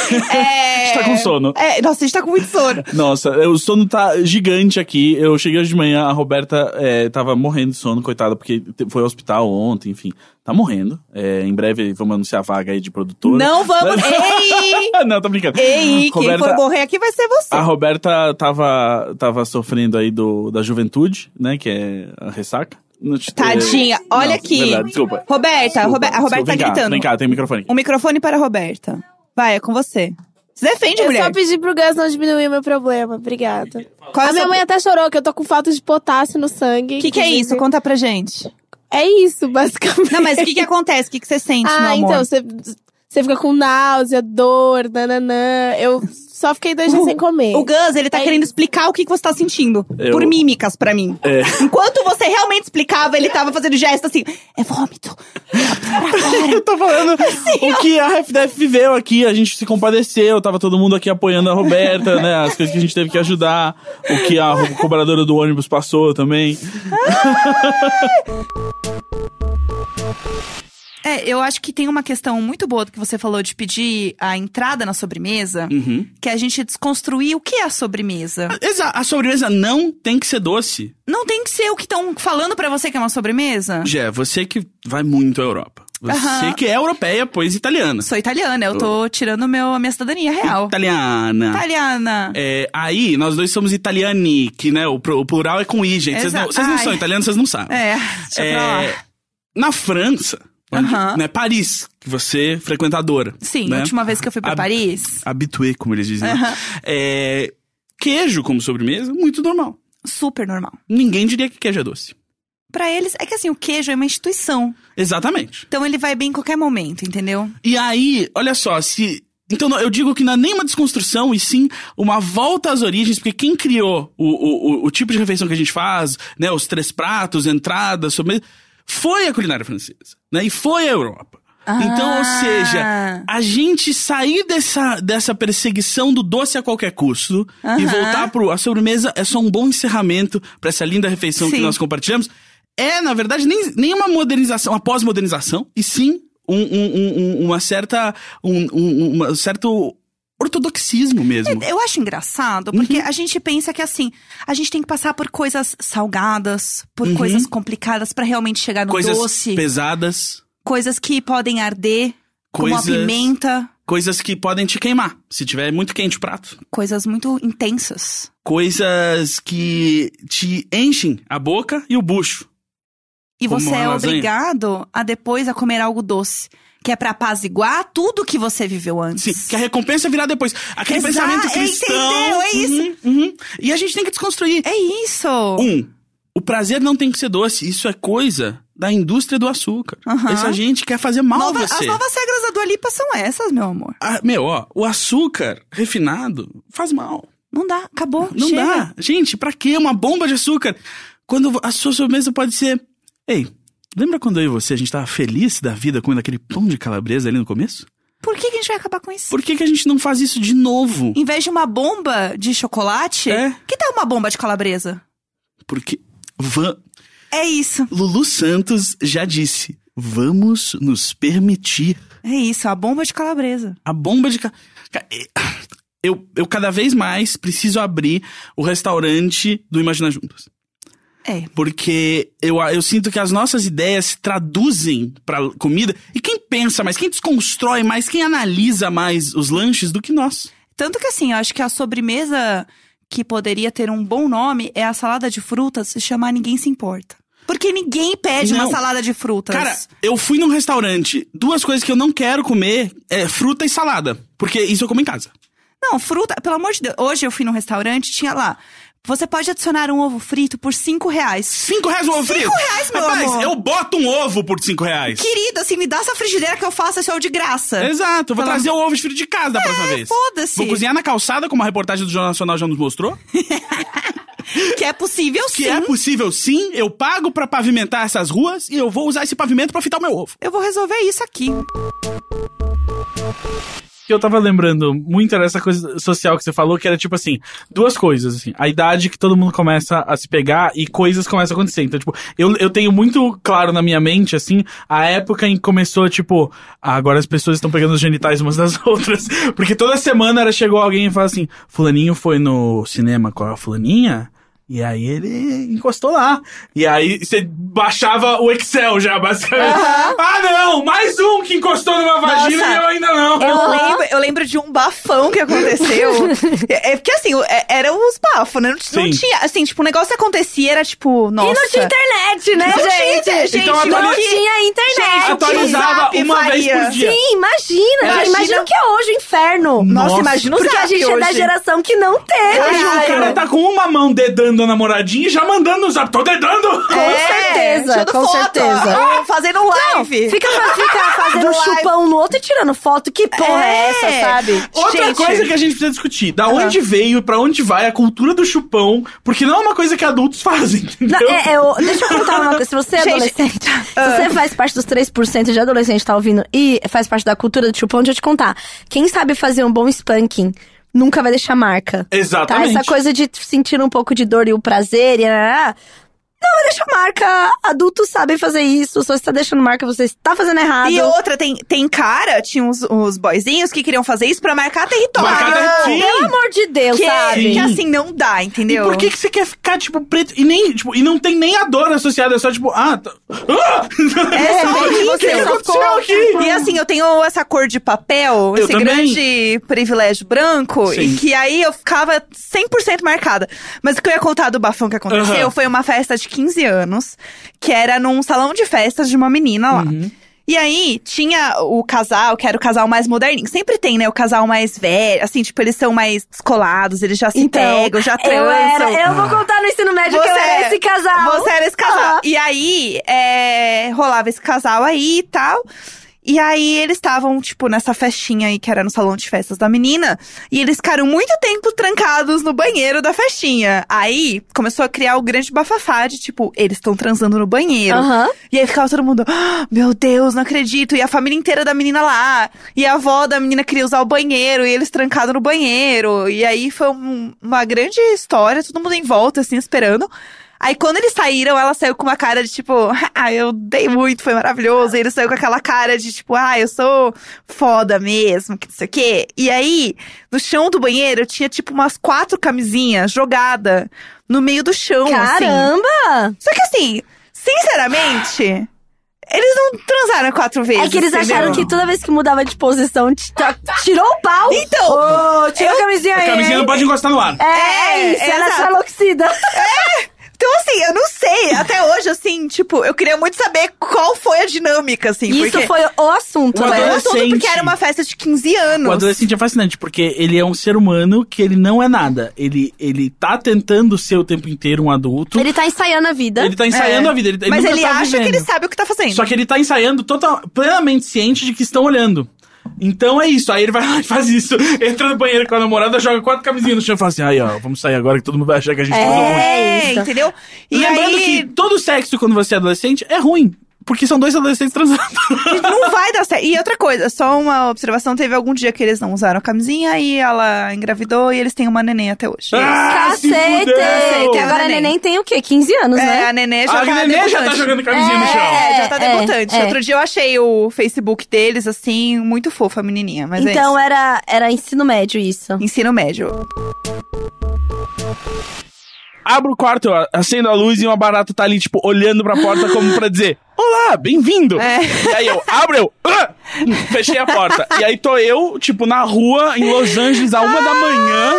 S3: É...
S1: A gente tá com sono.
S3: É, nossa, a gente tá com muito sono.
S1: Nossa, o sono tá gigante aqui. Eu cheguei hoje de manhã, a Roberta é, tava morrendo de sono, coitada, porque te- foi ao hospital ontem, enfim. Tá morrendo. É, em breve vamos anunciar a vaga aí de produtora.
S3: Não vamos. é, Ei!
S1: Não, tô brincando.
S3: Ei, quem
S1: Roberta-
S3: for morrer aqui vai ser você.
S1: A Roberta tava, tava sofrendo aí do, da juventude, né? Que é a ressaca. Não te-
S3: Tadinha,
S1: é-
S3: olha
S1: Não,
S3: aqui.
S1: Verdade, desculpa.
S3: Roberta,
S1: Desculpa,
S3: Robe- a Roberta
S1: desculpa.
S3: tá
S1: Vem cá,
S3: gritando.
S1: Vem cá, tem o microfone.
S3: O microfone para a Roberta. Vai, é com você. Se defende,
S4: Eu
S3: mulher.
S4: só pedi pro Gus não diminuir meu problema. Obrigada.
S3: Qual é
S4: a minha
S3: sua-
S4: mãe até chorou que eu tô com falta de potássio no sangue.
S3: O que, que é isso? Conta pra gente.
S4: É isso, basicamente.
S3: Não, mas o que, que acontece? O que, que você sente, meu
S4: Ah,
S3: amor?
S4: então, você você fica com náusea, dor, nananã. Eu só fiquei dois dias sem comer.
S3: O Gus, ele tá
S4: É
S3: querendo explicar o que, que você tá sentindo.
S1: Eu- É.
S3: Por mímicas pra mim. Enquanto você realmente explicava, ele tava fazendo gesto assim. É vômito.
S1: Eu tô falando o que a RFDF viveu aqui, a gente se compadeceu, tava todo mundo aqui apoiando a Roberta, né? As coisas que a gente teve que ajudar, o que a ro- cobradora do ônibus passou também.
S5: É, eu acho que tem uma questão muito boa do que você falou de pedir a entrada na sobremesa,
S1: Uhum.
S5: que é a gente desconstruir o que é a sobremesa.
S1: Exa a sobremesa não tem que ser doce.
S5: Não tem que ser o que estão falando pra você que é uma sobremesa.
S1: Jé, você que vai muito à Europa. Você
S5: Aham.
S1: que é europeia, pois italiana.
S5: Sou italiana, eu tô tirando meu, a minha cidadania real.
S1: Italiana.
S5: Italiana.
S1: É, aí, nós dois somos italiani, que né, o, pro- o plural é com i, gente. Vocês
S5: Exa-
S1: não, vocês não
S5: Ai.
S1: são italianos, vocês não sabem.
S5: É, deixa pra
S1: É,
S5: lá.
S1: na França, onde-
S5: Aham.
S1: né, Paris, que você é frequentadora.
S5: Sim,
S1: né?
S5: a última vez que eu fui pra
S1: A-
S5: Paris,
S1: Habitué, como eles dizem. lá. É, queijo como sobremesa, muito normal.
S5: super normal.
S1: Ninguém diria que queijo é doce.
S5: Pra eles, é que assim, o queijo é uma instituição.
S1: Exatamente.
S5: Então ele vai bem em qualquer momento, entendeu?
S1: E aí, olha só, se. Então não, eu digo que não é nem uma desconstrução, e sim uma volta às origens, porque quem criou o, o, o, o tipo de refeição que a gente faz, né? Os três pratos, entrada, sobremesa, foi a culinária francesa, né? E foi a Europa. Então, ou seja, a gente sair dessa, dessa perseguição do doce a qualquer custo e voltar pro. A sobremesa é só um bom encerramento para essa linda refeição que
S5: Sim.
S1: nós compartilhamos. É, na verdade, nem, nem uma modernização, uma pós-modernização, e sim um, um- um- um- uma certa. Um, um- uma- um certo ortodoxismo mesmo.
S5: Eu acho engraçado, porque
S1: Uhum.
S5: a gente pensa que assim, a gente tem que passar por coisas salgadas, por coisas complicadas pra realmente chegar no
S1: Uhum. Coisas
S5: um doce,
S1: pesadas,
S5: coisas que podem arder, como a
S1: Coisas-
S5: pimenta,
S1: coisas que podem te queimar, se tiver muito quente o prato.
S5: coisas muito intensas.
S1: Coisas que te enchem a boca e o bucho.
S5: E
S1: Como
S5: você
S1: uma
S5: é
S1: lasanha.
S5: obrigado a depois a comer algo doce, que é pra apaziguar tudo que você viveu antes.
S1: Sim, que a recompensa virá depois. Aquele
S5: Exato,
S1: pensamento cristão.
S5: entendeu? É isso.
S1: Uhum, uhum. E a gente tem que desconstruir.
S5: É isso!
S1: Um, o prazer não tem que ser doce. Isso é coisa da indústria do açúcar.
S5: Aham.
S1: Essa gente quer fazer mal
S5: Nova-
S1: a
S5: as
S1: você.
S5: novas regras da Dua Lipa são essas, meu amor.
S1: Ah, meu, ó, o açúcar refinado faz mal.
S5: Não dá, acabou.
S1: Não
S5: chega.
S1: dá. Gente, pra que uma bomba de açúcar? Quando a sua sobremesa pode ser... Ei, lembra quando eu e você, a gente tava feliz da vida comendo aquele pão de calabresa ali no começo?
S5: Por que, que a gente vai acabar com isso?
S1: Por que, que a gente não faz isso de novo?
S5: Em vez de uma bomba de chocolate,
S1: É.
S5: que tal uma bomba de calabresa?
S1: Porque... Van...
S5: É isso,
S1: Lulu Santos já disse: vamos nos permitir
S5: é isso, a bomba de calabresa.
S1: a bomba de. ca- Ca- Eu, eu cada vez mais preciso abrir o restaurante do Imagina Juntos.
S5: É.
S1: Porque eu, eu sinto que as nossas ideias se traduzem pra comida. E quem pensa mais, quem desconstrói mais, quem analisa mais os lanches do que nós.
S5: Tanto que assim, eu acho que a sobremesa que poderia ter um bom nome é a salada de frutas se chamar Ninguém Se Importa. Porque ninguém pede
S1: Não.
S5: uma salada de frutas.
S8: Então
S1: Cara, eu fui num restaurante. Duas coisas que eu não quero comer é fruta e salada. Porque isso eu como em casa.
S5: Não, fruta, pelo amor de Deus. Hoje eu fui num restaurante, tinha lá
S8: Você pode adicionar um ovo frito por 5 reais.
S1: Cinco reais o ovo frito? Cinco
S8: reais, meu
S1: Rapaz,
S8: amor.
S1: eu boto um ovo por cinco reais.
S8: Querido, assim, me dá essa frigideira que eu faço esse ovo de graça.
S1: Exato, vou trazer o ovo frito de casa da próxima vez.
S8: É, foda-se.
S1: Vou cozinhar na calçada, como a reportagem do Jornal Nacional já nos mostrou.
S8: Que é possível
S1: Que
S8: sim.
S1: é possível sim, eu pago pra pavimentar essas ruas e eu vou usar esse pavimento pra fitar o meu ovo.
S8: Eu vou resolver isso aqui.
S1: que eu tava lembrando muito era essa coisa social que você falou, que era tipo assim, duas coisas, assim, a idade que todo mundo começa a se pegar e coisas começam a acontecer. Então, tipo, eu, eu tenho muito claro na minha mente, assim, a época em que começou, tipo, ah, agora as pessoas estão pegando os genitais umas das outras. Porque toda semana era chegou alguém e falou assim, fulaninho foi no cinema com a fulaninha? E aí ele encostou lá. E aí você baixava o Excel já, basicamente. Ah, não! Mais um que encostou numa vagina
S3: Nossa.
S1: e eu ainda não.
S3: Eu, lembro, eu lembro de um bafão que aconteceu. é, é porque assim, é- eram os bafos, né? Não, t- não
S1: Sim.
S3: tinha. Assim, tipo, o negócio acontecia, era tipo, nossa.
S2: E não tinha internet, né,
S3: Não tinha
S2: gente?
S3: internet.
S2: gente,
S1: Então
S2: não
S1: atualiza-
S2: tinha internet.
S3: Gente,
S1: atualizava
S3: WhatsApp
S1: uma vez
S3: faria.
S1: por dia.
S2: Sim, imagina.
S3: Imagina-
S2: Imagina. o que é hoje o inferno.
S3: Nossa, imagina o
S2: Porque a
S3: Zap
S2: gente é da
S3: hoje.
S2: geração que não teve.
S1: Hoje o cara tá com uma mão dedando a namoradinha e já mandando no zap. Tô dedando!
S2: Com certeza,
S3: É, tirando
S2: com
S3: foto,
S2: certeza.
S3: ó, fazendo live.
S2: Fica, fica fazendo
S3: Do live.
S2: tá chupão no outro e tirando foto. Que porra é,
S3: É.
S2: essa, sabe?
S1: Outra
S3: Gente.
S1: coisa que a gente precisa discutir: da onde veio e pra onde vai a cultura do chupão? Porque não é uma coisa que adultos fazem, entendeu?
S2: Não, é, é, ô, deixa eu Ah. contar uma coisa. Se você é
S3: Gente,
S2: adolescente, se você faz parte dos 3% de adolescente que tá ouvindo e faz parte da cultura do chupão, deixa eu te contar. Quem sabe fazer um bom spanking nunca vai deixar marca. Tá?
S1: Exatamente.
S2: Essa coisa de sentir um pouco de dor e o prazer e. ah, Não vai deixar marca. Adultos sabem fazer isso. Se você tá deixando marca, você está fazendo errado.
S3: E outra, tem, tem cara, tinha uns, uns boyzinhos que queriam fazer isso pra marcar território.
S1: Marcar território.
S2: Pelo amor de Deus,
S3: Que,
S2: sabe?
S3: que assim, não dá,
S1: E
S3: entendeu?
S1: por que, que você quer ficar, tipo, preto? E nem, tipo, e não tem nem a dor associada, é só tipo, ah, tá- ah!
S3: É só que
S1: O que
S3: você
S1: que
S3: só
S1: aconteceu
S3: ficou-
S1: aqui?
S3: E assim, eu tenho essa cor de papel,
S1: Eu
S3: esse
S1: também.
S3: grande privilégio branco,
S1: Sim.
S3: e que aí eu ficava 100% marcada. Mas o que eu ia contar do bafão que aconteceu
S1: Aham.
S3: foi uma festa de 15 anos, que era num salão de festas de uma menina lá.
S1: Uhum.
S3: E aí, tinha o casal, que era o casal mais moderninho. Sempre tem, né? O casal mais velho, assim, tipo, eles são mais descolados, eles já se
S1: Então,
S3: pegam, já transam.
S2: eu era. Eu vou contar no ensino médio que eu era
S3: é-
S2: esse casal.
S3: Você era esse casal.
S2: Ah.
S3: E aí, é, rolava esse casal aí e tal. E aí, eles estavam, tipo, nessa festinha aí, que era no salão de festas da menina. E eles ficaram muito tempo trancados no banheiro da festinha. Aí, começou a criar o grande bafafá de, tipo, eles estão transando no banheiro.
S2: Aham.
S3: E aí ficava todo mundo, "Ah, meu Deus, não acredito. E a família inteira da menina lá. E a avó da menina queria usar o banheiro, e eles trancados no banheiro. E aí foi um- uma grande história, todo mundo em volta, assim, esperando. Aí quando eles saíram, ela saiu com uma cara de tipo, ah, eu dei muito, foi maravilhoso. E ele saiu com aquela cara de tipo, ah, eu sou foda mesmo, que não sei o quê. E aí, no chão do banheiro, tinha tipo umas quatro camisinhas jogadas no meio do chão, assim.
S2: Caramba!
S3: Só que assim, sinceramente, eles não transaram quatro vezes.
S2: É que eles
S3: entendeu?
S2: acharam que toda vez que mudava de posição, t- t- tirou o pau.
S3: Então,
S2: Ô, tirou a camisinha
S1: A
S2: aí.
S1: camisinha não
S2: hein?
S1: pode encostar no ar.
S2: É, é isso,
S3: É,
S2: ela é
S3: exato.
S2: só enlouquecida.
S3: então assim, eu não sei. Até hoje, assim, tipo, eu queria muito saber qual foi a dinâmica, assim.
S2: Isso
S3: porque
S2: foi o assunto,
S1: O
S3: foi
S2: né?
S3: um assunto
S1: adolescente.
S3: porque era uma festa de 15
S1: O
S3: anos.
S1: adolescente é fascinante, porque ele é um ser humano que ele não é nada. Ele, ele tá tentando ser o tempo inteiro um adulto. Ele,
S2: Ele tá ensaiando a vida.
S1: tá ensaiando a vida. Ele,
S3: É. Mas
S1: nunca
S3: ele
S1: tá
S3: acha
S1: vivendo.
S3: que ele sabe o que tá fazendo.
S1: Só que ele tá ensaiando total, plenamente ciente de que estão olhando. Então é isso. Aí ele vai lá e faz isso. Entra no banheiro com a namorada, joga quatro camisinhas no chão e fala assim: aí ó, vamos sair agora que todo mundo vai achar que a gente transou muito.
S3: é,
S2: isso.
S3: entendeu? E
S1: Lembrando
S3: aí,
S1: que todo sexo quando você é adolescente é ruim. Porque são dois adolescentes transando.
S3: não vai dar certo. E outra coisa, só uma observação: teve algum dia que eles não usaram a camisinha e ela engravidou e eles têm uma neném até hoje.
S1: Ah, se
S2: Cacete!
S1: fudeu!
S2: Que agora a
S3: Neném.
S2: neném tem o quê? 15 anos,
S3: É,
S2: né?
S3: a neném já
S1: A
S3: tá
S1: Nenê já tá
S3: debutante.
S1: jogando camisinha no
S2: É.
S1: chão.
S3: É, já tá
S2: é,
S3: debutante.
S2: é.
S3: Outro dia eu achei o Facebook deles, assim, muito fofa a menininha. Mas
S2: então
S3: é,
S2: era, era ensino médio isso.
S3: isso. Ensino médio.
S1: abro o quarto, eu acendo a luz e uma barata tá ali, tipo, olhando pra porta como pra dizer: Olá, bem-vindo!
S3: É.
S1: E aí eu abro, eu. "Ah!" Fechei a porta. E aí tô eu, tipo, na rua, em Los Angeles,
S3: Ah,
S1: à uma da manhã.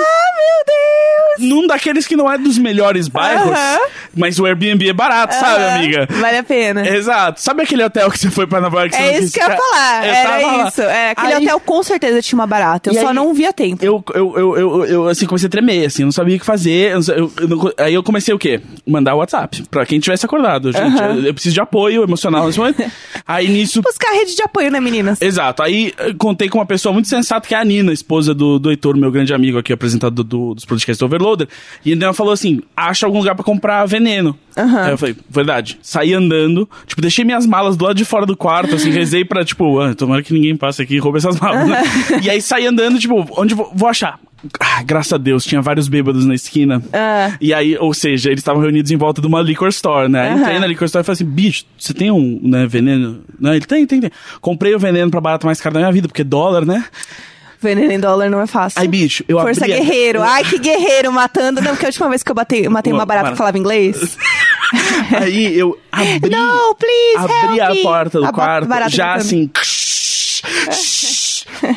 S1: Num daqueles que não é dos melhores bairros.
S3: Aham.
S1: Mas o Airbnb é barato, sabe,
S3: Aham.
S1: amiga?
S3: Vale a pena.
S1: Exato. Sabe aquele hotel que você foi pra Nova York? você não
S3: É
S1: quis
S3: isso que eu ia
S1: ficar?
S3: falar.
S1: Eu
S3: Era
S1: tava lá.
S3: isso. É, aquele
S1: Aí-
S3: hotel com certeza tinha uma barata. Eu
S1: E
S3: só
S1: aí-
S3: não via tempo.
S1: Eu, eu, eu, eu, eu, assim, comecei a tremer, assim, eu não sabia o que fazer. eu não sa- eu- eu não co- aí eu comecei o quê? Mandar WhatsApp, pra quem tivesse acordado, gente. Eu, eu preciso de apoio emocional nesse momento. aí nisso...
S3: Buscar rede de apoio, né, meninas?
S1: Exato. Aí eh, contei com uma pessoa muito sensata, que é a Nina, esposa do, do Heitor, meu grande amigo aqui, apresentador do- dos podcasts do Overloader. E ela falou assim, acha algum lugar pra comprar veneno. Aí eu falei, verdade. Saí andando, tipo, deixei minhas malas do lado de fora do quarto, assim, rezei pra, tipo, ah, tomara que ninguém passe aqui e roube essas malas. né? e aí saí andando, tipo, onde vou, vou achar? Ah, graças a Deus, tinha vários bêbados na esquina.
S3: Ah.
S1: E aí, ou seja, eles estavam reunidos em volta de uma liquor store, né? Aí Entrei na liquor store e falei assim, bicho, você tem um né, veneno? Né? Ele tem, tem, tem. Comprei o veneno pra barato mais caro da minha vida, porque dólar, né?
S3: Veneno em dólar não é fácil.
S1: Aí, bicho, eu
S3: Força
S1: abri... a-
S3: guerreiro. Ai, que guerreiro matando. Não, porque a última vez que eu batei, matei uma
S1: Uma
S3: barata
S1: barata.
S3: que falava inglês.
S1: Aí eu abri...
S3: No, please,
S1: abri
S3: help
S1: a
S3: me.
S1: porta do
S3: A ba-
S1: quarto,
S3: barata
S1: já
S3: gritando.
S1: assim.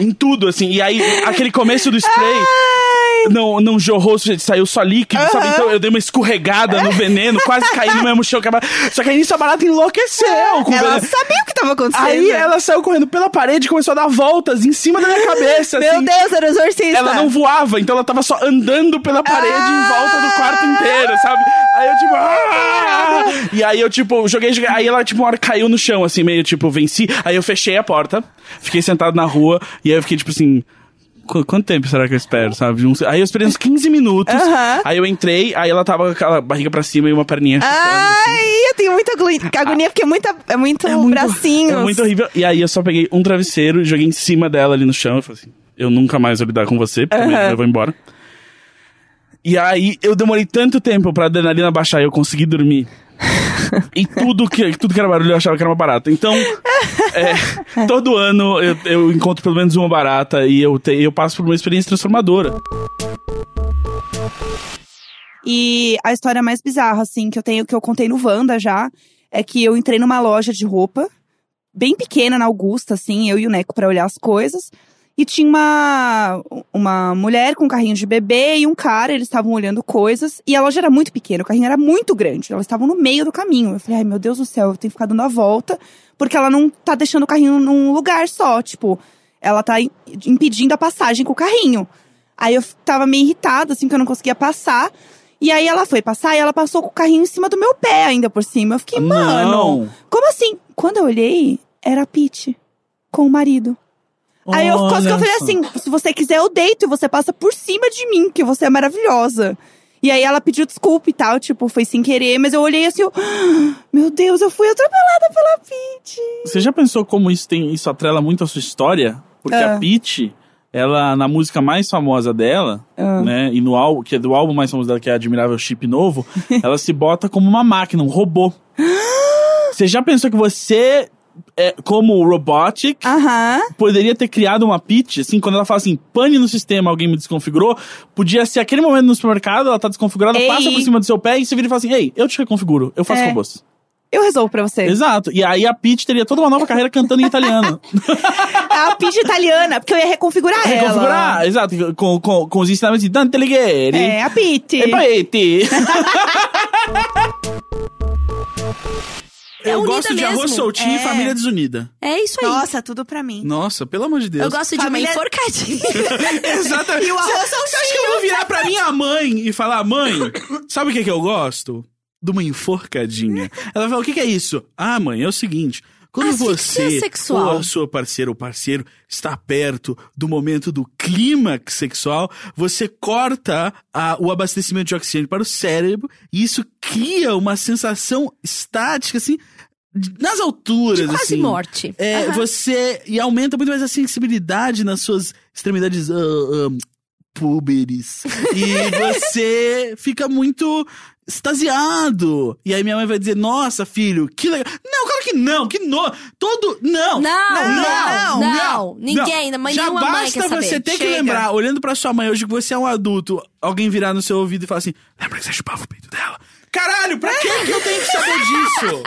S1: em tudo, assim. E aí, aquele começo do spray.
S3: Ah,
S1: Não, não jorrou, gente, saiu só líquido, sabe? Então eu dei uma escorregada no veneno, quase caí no mesmo chão. que a barata- Só que aí nisso a barata enlouqueceu com o
S3: Ela
S1: veneno.
S3: sabia o que tava acontecendo.
S1: Aí ela saiu correndo pela parede e começou a dar voltas em cima da minha cabeça,
S3: Meu
S1: assim.
S3: Deus, era o exorcista.
S1: Ela não voava, então ela tava só andando pela parede em volta do quarto inteiro, sabe? Aí eu, tipo. "Ah!" E aí eu, tipo, joguei, joguei. Aí ela, tipo, uma hora caiu no chão, assim, meio tipo, venci. Aí eu fechei a porta, fiquei sentado na rua, e aí eu fiquei, tipo assim. "Qu- Quanto tempo será que eu espero, sabe? Uns- Aí eu esperei uns 15 minutos.
S3: Aham.
S1: Aí eu entrei, aí ela tava com aquela barriga pra cima e uma perninha chutando.
S3: Ai, eu tenho muita agoni- agonia, porque é, muita, é muito bracinhos.
S1: É muito horrível. E aí eu só peguei um travesseiro e joguei em cima dela ali no chão. Eu falei assim, eu nunca mais vou lidar com você, porque amanhã eu vou embora. E aí eu demorei tanto tempo pra adrenalina baixar e eu consegui dormir. e tudo que, tudo que era barulho eu achava que era uma barata. Então, é, todo ano eu, eu encontro pelo menos uma barata e eu, te- eu passo por uma experiência transformadora.
S3: E a história mais bizarra, assim, que eu tenho, que eu contei no Wanda já, é que eu entrei numa loja de roupa, bem pequena na Augusta, assim, eu e o Neco pra olhar as coisas. E tinha uma, uma mulher com um carrinho de bebê e um cara, eles estavam olhando coisas. E a loja era muito pequena, o carrinho era muito grande. Elas estavam no meio do caminho. Eu falei, ai meu Deus do céu, eu tenho que ficar dando a volta, porque ela não tá deixando o carrinho num lugar só. Tipo, ela tá im- impedindo a passagem com o carrinho. Aí eu f- tava meio irritada, assim, que eu não conseguia passar. E aí ela foi passar e ela passou com o carrinho em cima do meu pé ainda por cima. Eu fiquei, mano.
S1: Não.
S3: Como assim? Quando eu olhei, era a Pete com o marido. Aí eu quase que eu
S1: Olha
S3: falei
S1: só.
S3: assim: se você quiser, eu deito e você passa por cima de mim, que você é maravilhosa. E aí ela pediu desculpa e tal, tipo, foi sem querer, mas eu olhei assim, eu, "Ah, meu Deus, eu fui atropelada pela Pete.
S1: Você já pensou como isso tem isso atrela muito a sua história? Porque
S3: Ah.
S1: a Peach, ela na música mais famosa dela,
S3: Ah.
S1: né, e no álbum que é do álbum mais famoso dela que é Admirável Chip Novo, ela se bota como uma máquina, um robô. você já pensou que você é, como robotic,
S3: um Aham.
S1: poderia ter criado uma pitch, assim, quando ela fala assim, pane no sistema, alguém me desconfigurou, podia ser aquele momento no supermercado, ela tá desconfigurada,
S3: Ei.
S1: passa por cima do seu pé e você vira e fala assim, ei, eu te reconfiguro, eu faço
S3: É.
S1: robôs.
S3: Eu resolvo pra você.
S1: Exato. E aí a Peach teria toda uma nova carreira cantando em italiano.
S3: A Pete italiana, porque eu ia reconfigurar,
S1: Reconfigurar,
S3: ela.
S1: exato. Com, com, com os ensinamentos de Dante Alighieri.
S3: É, a Pete.
S1: E Peite.
S2: É
S9: Eu
S2: unida
S9: gosto de
S2: mesmo.
S9: arroz soltinho e
S5: É.
S9: família desunida.
S2: É isso aí.
S5: Nossa, tudo pra mim.
S9: Nossa, pelo amor de Deus.
S2: eu gosto
S1: é
S5: Família-
S2: de uma enforcadinha.
S9: Exatamente.
S5: E o arroz
S9: Você você acha que eu vou virar pra minha mãe e falar, mãe, sabe o que, que eu gosto? De uma enforcadinha. Ela fala, o que, que é isso? Ah, mãe, é o seguinte. Quando
S2: Asfixia
S9: você
S2: sexual.
S9: ou a sua parceira ou parceiro está perto do momento do clímax sexual, você corta a- o abastecimento de oxigênio para o cérebro e isso cria uma sensação estática, assim, de- nas alturas,
S2: de quase
S9: assim.
S2: morte.
S9: É, você. E aumenta muito mais a sensibilidade nas suas extremidades. ah, ah, púberes. E você fica muito extasiado. E aí minha mãe vai dizer: Nossa, filho, que legal. Não, claro que não, que no. Todo. Não!
S2: Não, não, não,
S9: não, não.
S2: Ninguém, mãe,
S9: Já
S2: nenhuma
S9: basta
S2: mãe quer saber.
S9: você ter que
S5: Chega.
S9: lembrar, olhando pra sua mãe hoje que você é um adulto, alguém virar no seu ouvido e falar assim: Lembra que você chupava o peito dela? Caralho, pra que que eu tenho que saber disso?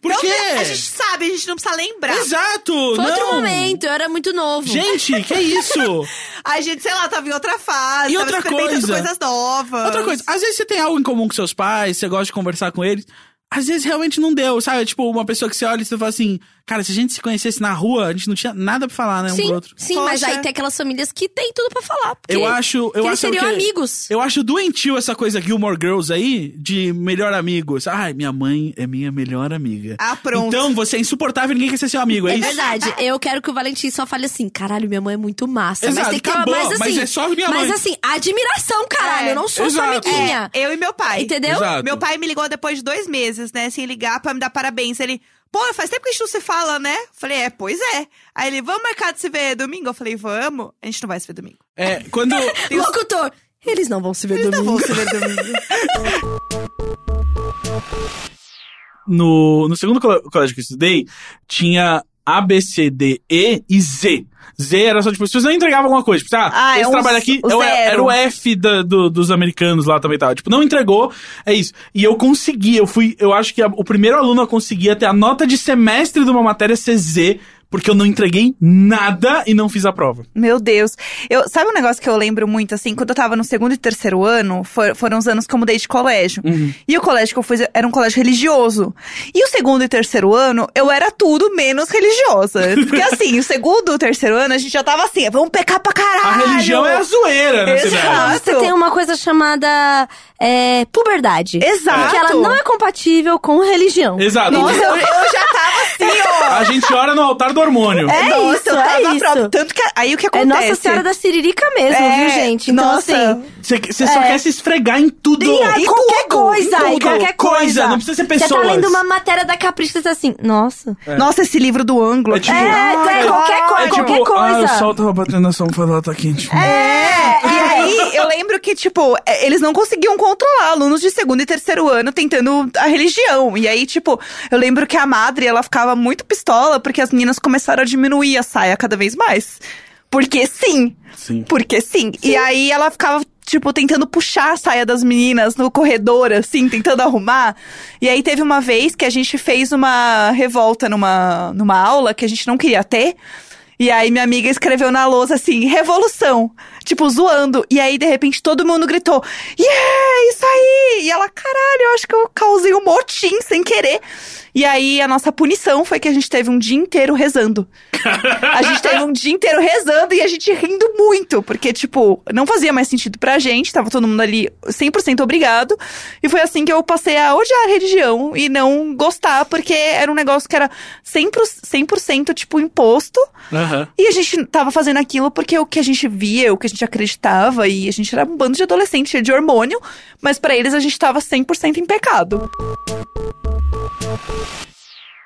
S1: Por
S10: Não,
S1: quê?
S10: A gente sabe, a gente não precisa lembrar.
S1: Exato!
S2: Tá.
S1: não.
S2: Foi outro momento, eu era muito novo.
S1: Gente, que isso?
S10: A gente, sei lá, tava em outra fase.
S1: E
S10: tava
S1: outra
S10: experimentando
S1: coisa.
S10: coisas novas.
S1: Outra coisa, às vezes você tem algo em comum com seus pais, você gosta de conversar com eles. Às vezes realmente não deu, sabe? Tipo, uma pessoa que você olha e você fala assim, cara, se a gente se conhecesse na rua, a gente não tinha nada pra falar, né? Um pro
S2: sim,
S1: outro.
S2: sim,
S10: Poxa.
S2: mas aí tem aquelas famílias que tem tudo pra falar. Porque,
S1: Eu acho.
S2: que
S1: Eu
S2: eles
S1: acho
S2: seriam
S1: que-
S2: amigos.
S1: Eu acho doentio essa coisa Gilmore Girls aí, de melhor amigo. Ai, minha mãe é minha melhor amiga.
S10: Ah, pronto.
S1: Então você é insuportável, ninguém quer ser seu amigo, é,
S2: É
S1: isso?
S2: verdade, eu quero que o Valentim só fale assim: caralho, minha mãe é muito massa. mas
S1: Exato,
S2: tem que
S1: acabou,
S2: mas assim.
S1: mas é só minha
S2: mas
S1: mãe.
S2: assim, admiração, caralho.
S10: É,
S2: eu não sou sua
S1: exato. É,
S2: amiguinha.
S10: Eu e meu pai.
S2: Entendeu?
S1: Exato.
S10: Meu pai me ligou depois de dois meses, né? Sem ligar pra me dar parabéns. Ele, pô, faz tempo que a gente não se fala, né? Eu Falei, é, pois é. Aí ele, vamos marcar de se ver domingo? Eu falei, vamos. A gente não vai se ver domingo.
S1: É, quando.
S2: Locutor, eles não vão se ver domingo.
S10: Vamos se ver domingo.
S1: no, no segundo colo- colégio que eu estudei, tinha A, B, C, D, E e Z. Z era só, tipo, se você não entregava alguma coisa, tipo, ah,
S3: Ah, é
S1: esse
S3: um
S1: trabalho
S3: s-
S1: aqui
S3: o
S1: é o-
S3: zero.
S1: era o F da- do- dos americanos lá também, tal. Tipo, não entregou, é isso. E eu consegui, eu fui, eu acho que a- o primeiro aluno a conseguir até a nota de semestre de uma matéria ser Z, porque eu não entreguei nada e não fiz a prova.
S3: Meu Deus. Eu, sabe um negócio que eu lembro muito, assim? Quando eu tava no segundo e terceiro ano, for- foram os anos que eu mudei de colégio.
S1: Uhum.
S3: E o colégio que eu fui era um colégio religioso. E o segundo e terceiro ano, eu era tudo menos religiosa. Porque assim, o segundo e o terceiro ano, a gente já tava assim, vamos pecar pra caralho.
S1: A religião é a zoeira, né? Severo?
S3: Exato.
S2: Você tem uma coisa chamada é, puberdade.
S3: Exato.
S2: Que ela não é compatível com religião.
S1: Exato.
S3: Nossa,
S2: Então,
S3: eu, eu já tava assim, ó.
S1: A gente ora no altar do hormônio.
S2: É
S3: Nossa,
S2: isso,
S3: eu
S2: é
S3: tava
S2: isso.
S3: pronta. Tanto que aí o que
S2: É
S3: acontece?
S2: Nossa Senhora da Siririca mesmo,
S3: É,
S2: viu, gente? Então,
S3: nossa.
S2: assim.
S1: Você você só quer se esfregar em tudo.
S2: Em qualquer
S3: tudo,
S2: coisa,
S1: em
S2: em
S1: tudo.
S2: qualquer
S1: Coisa,
S2: coisa.
S1: não precisa ser
S2: Você tá
S1: pessoas. É
S2: lendo uma matéria da Capricho e tá assim, nossa.
S3: Nossa, esse livro do ângulo.
S1: É tipo-
S2: É,
S1: Ah,
S2: é
S1: é
S2: qualquer, co-
S1: É tipo,
S2: qualquer coisa.
S1: Ah, o sol tava batendo na alta tá quente.
S3: É, e aí eu lembro que, tipo, é, eles não conseguiam controlar alunos de segundo e terceiro ano tentando a religião. E aí, tipo, eu lembro que a madre, ela ficava muito pistola porque as meninas começaram a diminuir a saia cada vez mais. Porque sim,
S1: Sim.
S3: porque sim. E aí ela ficava, tipo, tentando puxar a saia das meninas no corredor, assim, tentando arrumar. E aí teve uma vez que a gente fez uma revolta numa, numa aula que a gente não queria ter. E aí minha amiga escreveu na lousa assim, revolução. Tipo, zoando. E aí, de repente, todo mundo gritou, yeah, isso aí! E ela, caralho, eu acho que eu causei um motim sem querer. E aí, a nossa punição foi que a gente teve um dia inteiro rezando. A gente teve um dia inteiro rezando e a gente rindo muito, porque, tipo, não fazia mais sentido pra gente, tava todo mundo ali 100% obrigado. E foi assim que eu passei a odiar a religião e não gostar, porque era um negócio que era 100%, 100 tipo, imposto. E a gente tava fazendo aquilo porque o que a gente via, o que a gente acreditava, e a gente era um bando de adolescente cheio de hormônio, mas pra eles a gente tava 100% em pecado.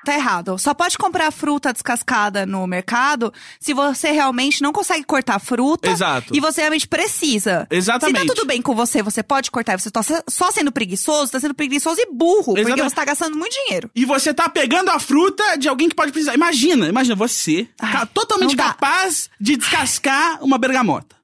S10: tá errado. Só pode comprar fruta descascada no mercado se você realmente não consegue cortar a fruta.
S1: Exato.
S10: E você realmente precisa.
S1: Exatamente.
S10: Se tá tudo bem com você, você pode cortar. Você tá se- só sendo preguiçoso, tá sendo preguiçoso e burro. Porque
S1: Exatamente.
S10: você tá gastando muito dinheiro.
S1: E você tá pegando a fruta de alguém que pode precisar. Imagina, imagina você, ca- totalmente
S10: não dá.
S1: capaz de descascar uma bergamota.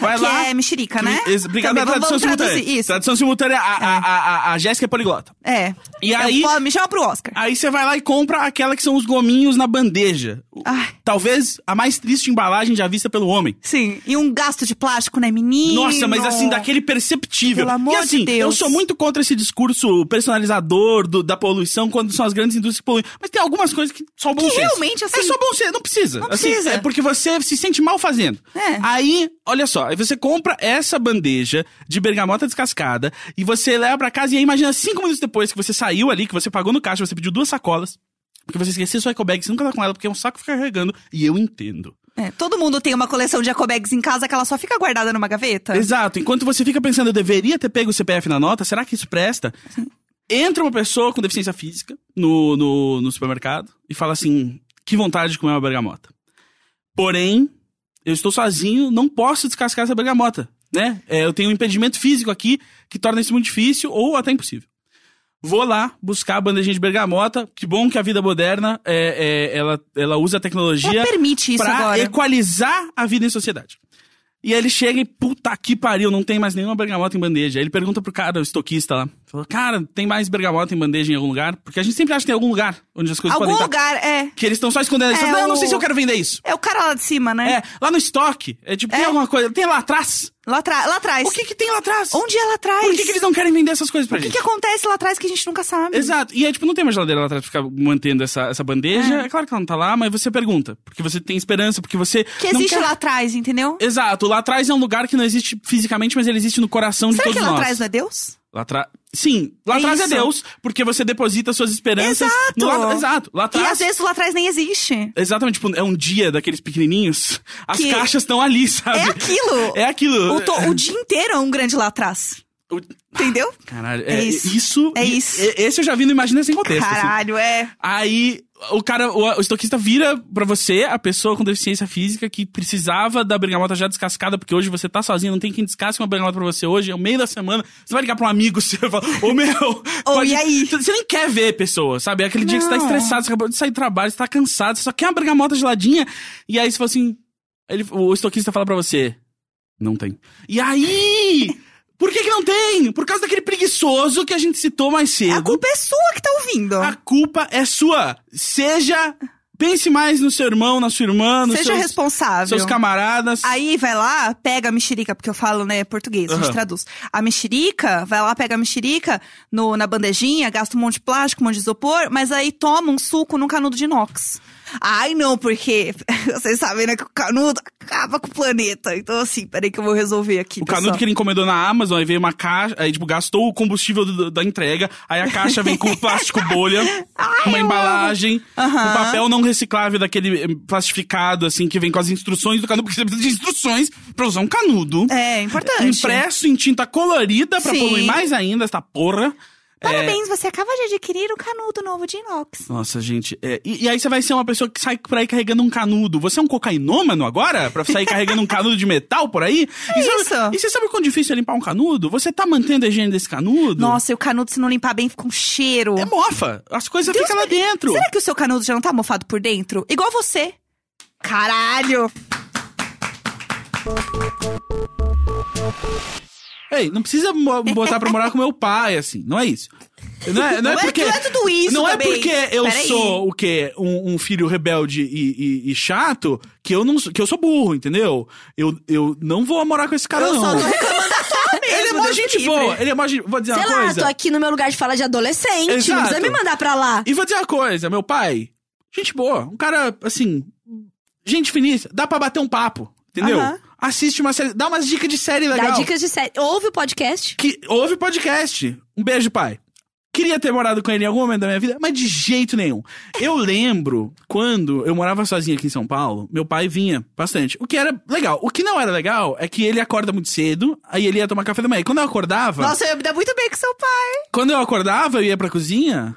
S1: Vai
S10: que
S1: lá.
S10: é mexerica, né?
S1: Que- ex- Obrigado
S10: Também,
S1: à
S10: vamos-
S1: tradução um
S10: vamos
S1: simultânea.
S10: traduzir Isso.
S1: Tradução simultânea, a, a, a- a- a Jéssica é poliglota.
S10: É.
S1: E
S10: Eu
S1: aí-
S10: falo, me chama pro Oscar.
S1: Aí você vai lá e compra aquela que são os gominhos na bandeja. O- Talvez a mais triste embalagem já vista pelo homem.
S10: Sim. E um gasto de plástico, né, menino?
S1: Nossa, mas assim, daquele perceptível.
S10: Pelo amor
S1: e assim,
S10: de Deus.
S1: eu sou muito contra esse discurso personalizador do- da poluição quando são as grandes indústrias que poluem. Mas tem algumas coisas que só o bom
S10: Que
S1: senso.
S10: realmente, assim,
S1: É só bom senso, não precisa.
S10: não
S1: Assim,
S10: precisa.
S1: é porque você se sente mal fazendo.
S10: É.
S1: Aí, olha só, aí você compra essa bandeja de bergamota descascada e você leva pra casa e aí imagina cinco minutos depois que você saiu ali, que você pagou no caixa, você pediu duas sacolas. Porque você esqueceu sua eco bag, você nunca tá com ela, porque é um saco ficar carregando. E eu entendo.
S10: É, todo mundo tem uma coleção de ecobags em casa que ela só fica guardada numa gaveta.
S1: Exato. Enquanto você fica pensando, eu deveria ter pego o CPF na nota, será que isso presta? Entra uma pessoa com deficiência física no, no, no supermercado e fala assim: que vontade de comer uma bergamota. Porém, eu estou sozinho, não posso descascar essa bergamota. Né? É, eu tenho um impedimento físico aqui que torna isso muito difícil ou até impossível. Vou lá buscar a bandejinha de bergamota. Que bom que a vida moderna é, é, ela, ela usa a tecnologia
S10: Ela permite isso
S1: pra
S10: agora.
S1: equalizar a vida em sociedade. E aí ele chega e, puta que pariu, não tem mais nenhuma bergamota em bandeja. Aí ele pergunta pro cara, o estoquista lá. Falou, cara, tem mais bergamota em bandeja em algum lugar? Porque a gente sempre acha que tem algum lugar onde as coisas
S5: Algum
S1: podem estar.
S5: lugar, é.
S1: Que eles estão só escondendo. Eles
S5: É,
S1: falam, não, eu não
S5: o-
S1: sei se eu quero vender isso.
S5: É o cara lá de cima, né?
S1: É, lá no estoque. É tipo, tem alguma coisa. Tem lá atrás?
S5: Lá, atra- lá atrás.
S1: O que que tem lá atrás?
S5: Onde é lá atrás?
S1: Por que, que eles não querem vender essas coisas pra
S5: O que, é
S1: gente?
S5: que acontece lá atrás que a gente nunca sabe?
S1: Exato. E aí, tipo, não tem uma geladeira lá atrás pra ficar mantendo essa, essa bandeja. É. claro que ela não tá lá, mas você pergunta. Porque você tem esperança, porque você.
S5: Que
S1: não
S5: existe
S1: quer-
S5: lá atrás, entendeu?
S1: Exato. Lá atrás é um lugar que não existe fisicamente, mas ele existe no coração de
S5: Será
S1: todos
S5: que lá
S1: nós.
S5: atrás não é Deus?
S1: Lá atrás. Sim, lá
S5: É
S1: atrás
S5: isso.
S1: é Deus, porque você deposita suas esperanças.
S5: Exato.
S1: no lá- exato. Lá
S5: E
S1: atrás.
S5: às vezes o lá atrás nem existe.
S1: Exatamente, tipo, é um dia daqueles pequenininhos. As
S5: Que-
S1: caixas estão ali, sabe?
S5: É aquilo.
S1: É aquilo. É,
S5: O, to- o dia inteiro é um grande lá atrás.
S1: O-
S5: Entendeu?
S1: Caralho,
S5: É
S1: é,
S5: isso.
S1: isso.
S5: É
S1: e-
S5: isso.
S1: e- Esse eu já vi no Imagina Sem Contexto. assim.
S5: Caralho, é.
S1: Aí o cara, o, o estoquista vira pra você, a pessoa com deficiência física que precisava da bergamota já descascada, porque hoje você tá sozinho, não tem quem descasque uma bergamota pra você hoje, é o meio da semana. Você vai ligar pra um amigo seu e fala, ô meu. pode-
S5: e aí?
S1: Você nem quer ver pessoa, sabe? É aquele dia que você tá
S5: Não.
S1: estressado, você acabou de sair do trabalho, você tá cansado, você só quer uma bergamota geladinha. E aí você fala assim. Ele, o estoquista fala pra você: Não tem. E aí? Por que, que não tem? Por causa daquele preguiçoso que a gente citou mais cedo.
S5: A culpa é sua que tá ouvindo.
S1: A culpa é sua. Seja. Pense mais no seu irmão, na sua irmã, nos
S5: Seja
S1: seus,
S5: responsável.
S1: seus camaradas.
S5: Aí vai lá, pega a mexerica, porque eu falo, né, português, a gente
S1: Aham.
S5: traduz. A mexerica, vai lá, pega a mexerica no, na bandejinha, gasta um monte de plástico, um monte de isopor, mas aí toma um suco num canudo de inox. Ai, não, porque vocês sabem, né, que o canudo acaba com o planeta. Então, assim, peraí que eu vou resolver aqui.
S1: o canudo
S5: pessoal.
S1: que ele encomendou na Amazon, aí veio uma caixa, aí tipo, gastou o combustível do- da entrega, aí a caixa vem com plástico bolha, uma embalagem,
S5: Aham.
S1: um papel não reciclável daquele eh, plastificado, assim, que vem com as instruções do canudo, porque você precisa de instruções pra usar um canudo.
S5: É, importante.
S1: Impresso em tinta colorida pra
S5: Sim.
S1: poluir mais ainda esta porra. É,
S5: Parabéns, você acaba de adquirir um canudo novo de inox.
S1: Nossa, gente. é, e, e aí você vai ser uma pessoa que sai por aí carregando um canudo. Você é um cocainômano agora? Pra sair carregando um canudo de metal por aí? e, sabe-
S5: É isso.
S1: e você sabe o quão difícil é limpar um canudo? Você tá mantendo a higiene desse canudo?
S5: Nossa, e o canudo, se não limpar bem, fica um cheiro.
S1: É mofa. As coisas
S5: Deus
S1: ficam lá dentro.
S5: Será que o seu canudo já não tá mofado por dentro? Igual você. Caralho!
S1: Ei, não precisa mo- botar pra morar com meu pai, assim. Não é isso. Não é, não é
S5: Não é-
S1: porque.
S5: não é tudo isso
S1: Não
S5: também.
S1: é porque eu
S5: Peraí.
S1: sou o quê? Um, um filho rebelde e, e- e chato que eu não sou- que eu sou burro, entendeu? Eu, eu não vou morar com esse cara,
S5: Eu
S1: não.
S5: só tô reclamando da sua mesmo.
S1: Ele é mó
S5: Deus me
S1: gente
S5: livre.
S1: boa. Ele é mó gente. Vou dizer
S2: Sei
S1: uma
S2: lá,
S1: coisa.
S2: tô aqui no meu lugar de fala de adolescente. Não precisa
S1: Exato.
S2: me mandar pra lá.
S1: E vou dizer uma coisa, meu pai. Gente boa. Um cara, assim. Gente finíssima. Dá pra bater um papo, entendeu?
S5: Aham.
S1: Assiste uma série. Dá umas dicas de série
S2: Dá
S1: legal.
S2: dicas de série. Ouve o podcast.
S1: Que ouve podcast. Um beijo, pai. Queria ter morado com ele em algum momento da minha vida, mas de jeito nenhum. Eu lembro quando eu morava sozinho aqui em São Paulo, meu pai vinha bastante. O que era legal. O que não era legal é que ele acorda muito cedo, aí ele ia tomar café da manhã. E quando eu acordava.
S5: Nossa, eu ia me dar muito bem com seu pai.
S1: Quando eu acordava, eu ia pra cozinha.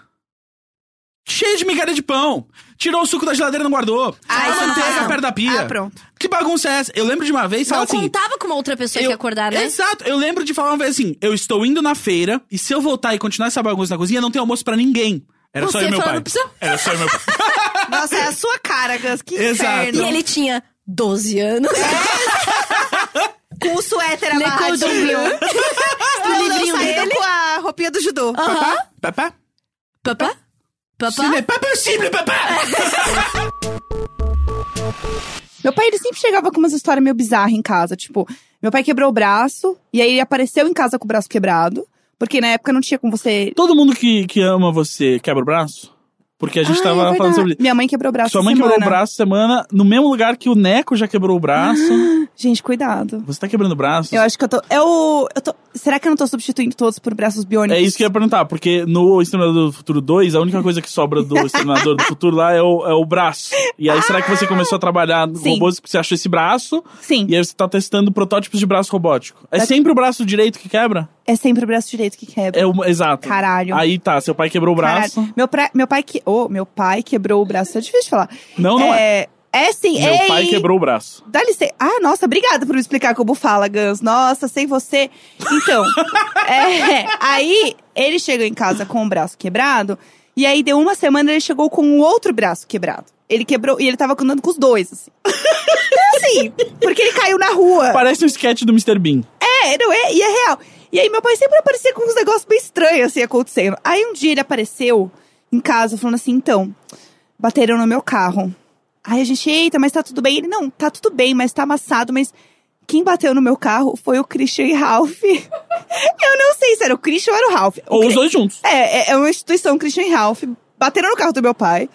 S1: Cheio de migalha de pão. Tirou o suco da geladeira e não guardou.
S5: Ah, isso
S1: a
S5: não faz,
S1: manteiga
S5: não.
S1: perto da pia.
S5: Ah, pronto.
S1: Que bagunça é essa? Eu lembro de uma vez,
S2: não
S1: falar assim.
S2: contava com uma outra pessoa que ia acordar, né?
S1: Exato. Eu lembro de falar uma vez assim: eu estou indo na feira e se eu voltar e continuar essa bagunça na cozinha, não tem almoço pra ninguém. Era só
S2: Você
S1: eu e meu
S2: falando
S1: pai.
S2: pro seu-
S1: Era só eu e meu pai.
S5: Nossa, é a sua cara, Gus. Que
S1: Exato.
S5: inferno.
S2: E ele tinha 12 anos.
S5: Com o suéter
S2: Le Cordon
S5: amarradinho.
S2: Bleu.
S5: Não,
S2: o
S5: não,
S2: livrinho
S5: saindo
S2: dele.
S5: com a roupinha do judô.
S2: Aham.
S1: Papá?
S2: Papá? Papá?
S1: Sim, papá simples, papá!
S3: Meu pai, ele sempre chegava com umas histórias meio bizarras em casa. Tipo, meu pai quebrou o braço, e aí ele apareceu em casa com o braço quebrado. Porque na época não tinha como você...
S1: Todo mundo que, que ama você quebra o braço? Porque a gente
S3: Ah, é
S1: tava falando
S3: verdade.
S1: sobre.
S3: Minha mãe quebrou o braço
S1: Sua mãe
S3: essa
S1: quebrou o
S3: semana.
S1: braço semana, no mesmo lugar que o Neco já quebrou o braço.
S3: Gente, cuidado.
S1: Você tá quebrando braços?
S3: Eu acho que eu tô... Eu, eu tô... Será que eu não tô substituindo todos por braços biônicos?
S1: É isso que eu ia perguntar, porque no Exterminador do Futuro 2, a única coisa que sobra do Exterminador do Futuro lá é o, é o braço. E aí, será que você começou a trabalhar com
S3: Ah! Sim.
S1: robôs que você achou esse braço
S3: Sim,
S1: e aí você tá testando protótipos de braço robótico? É
S3: Tá.
S1: sempre o braço direito que quebra?
S3: é sempre o braço direito que quebra.
S1: É o, exato.
S3: Caralho.
S1: Aí tá, seu pai quebrou o braço.
S3: Caralho. Meu, pra- meu pai que... Ô, meu pai quebrou o braço. É difícil de falar.
S1: Não, não é.
S3: é... É sim,
S1: Meu
S3: ei!
S1: pai quebrou o braço.
S3: Dá licença. Ah, nossa, obrigada por me explicar como fala, Gans. Nossa, sem você. Então, é, aí ele chegou em casa com o braço quebrado. E aí deu uma semana ele chegou com o outro braço quebrado. Ele quebrou e ele tava andando com os dois, assim. assim, porque ele caiu na rua.
S1: Parece um sketch do Mr. Bean.
S3: É, não é? E é real. E aí, meu pai sempre aparecia com uns negócios bem estranhos, assim, acontecendo. Aí, um dia, ele apareceu em casa, falando assim, então, bateram no meu carro. Aí, a gente, eita, mas tá tudo bem? Ele, não, tá tudo bem, mas tá amassado, mas... Quem bateu no meu carro foi o Christian e Ralph. Eu não sei se era o Christian ou era o Ralph. O
S1: Ou
S3: Cri-
S1: os dois juntos.
S3: é, é- é uma instituição Christian e Ralph. Bateram no carro do meu pai.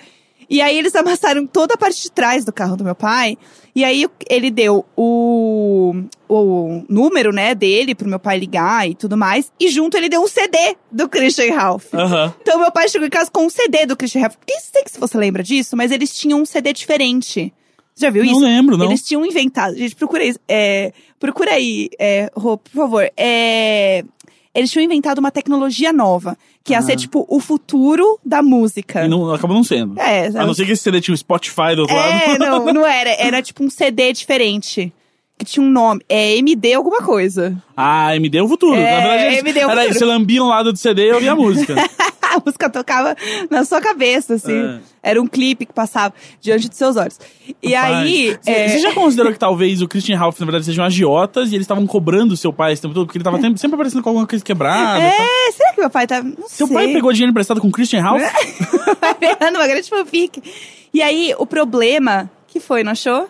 S3: E aí eles amassaram toda a parte de trás do carro do meu pai. E aí ele deu o, o número, né, dele pro meu pai ligar e tudo mais. E junto ele deu um CD do Christian e Ralph.
S1: Aham.
S3: Então meu pai chegou em casa com um CD do Christian e Ralph. Porque sei que se você lembra disso, mas eles tinham um CD diferente. Você já viu
S1: Não
S3: isso?
S1: lembro, não.
S3: Eles tinham inventado. Gente, procura aí. É, procura aí, é, Rô, por favor. É, eles tinham inventado uma tecnologia nova, que ia
S1: Ah.
S3: ser tipo o futuro da música.
S1: E não, acabou não sendo.
S3: É,
S1: A não ser que esse CD tinha o Spotify Tá do outro
S3: é
S1: lado.
S3: não, não era. Era tipo um CD diferente. Que tinha um nome. É MD alguma coisa.
S1: Ah, me deu o futuro.
S3: É,
S1: Na verdade,
S3: me deu o
S1: peraí,
S3: futuro.
S1: você lambia um lado do CD e eu ouvia a música.
S3: A música tocava na sua cabeça, assim.
S1: É.
S3: Era um clipe que passava diante dos seus olhos. E
S1: Rapaz,
S3: aí.
S1: Você
S3: é,
S1: você já considerou que talvez o Christian e Ralph, na verdade, sejam agiotas e eles estavam cobrando seu pai esse tempo todo? Porque ele tava tem- sempre aparecendo com alguma coisa quebrada. e tal.
S3: é, será que meu pai tá. Não
S1: Seu
S3: sei.
S1: pai pegou dinheiro emprestado com o Christian e Ralph?
S3: Tá virando uma grande fanfic. E aí, o problema que foi, não achou?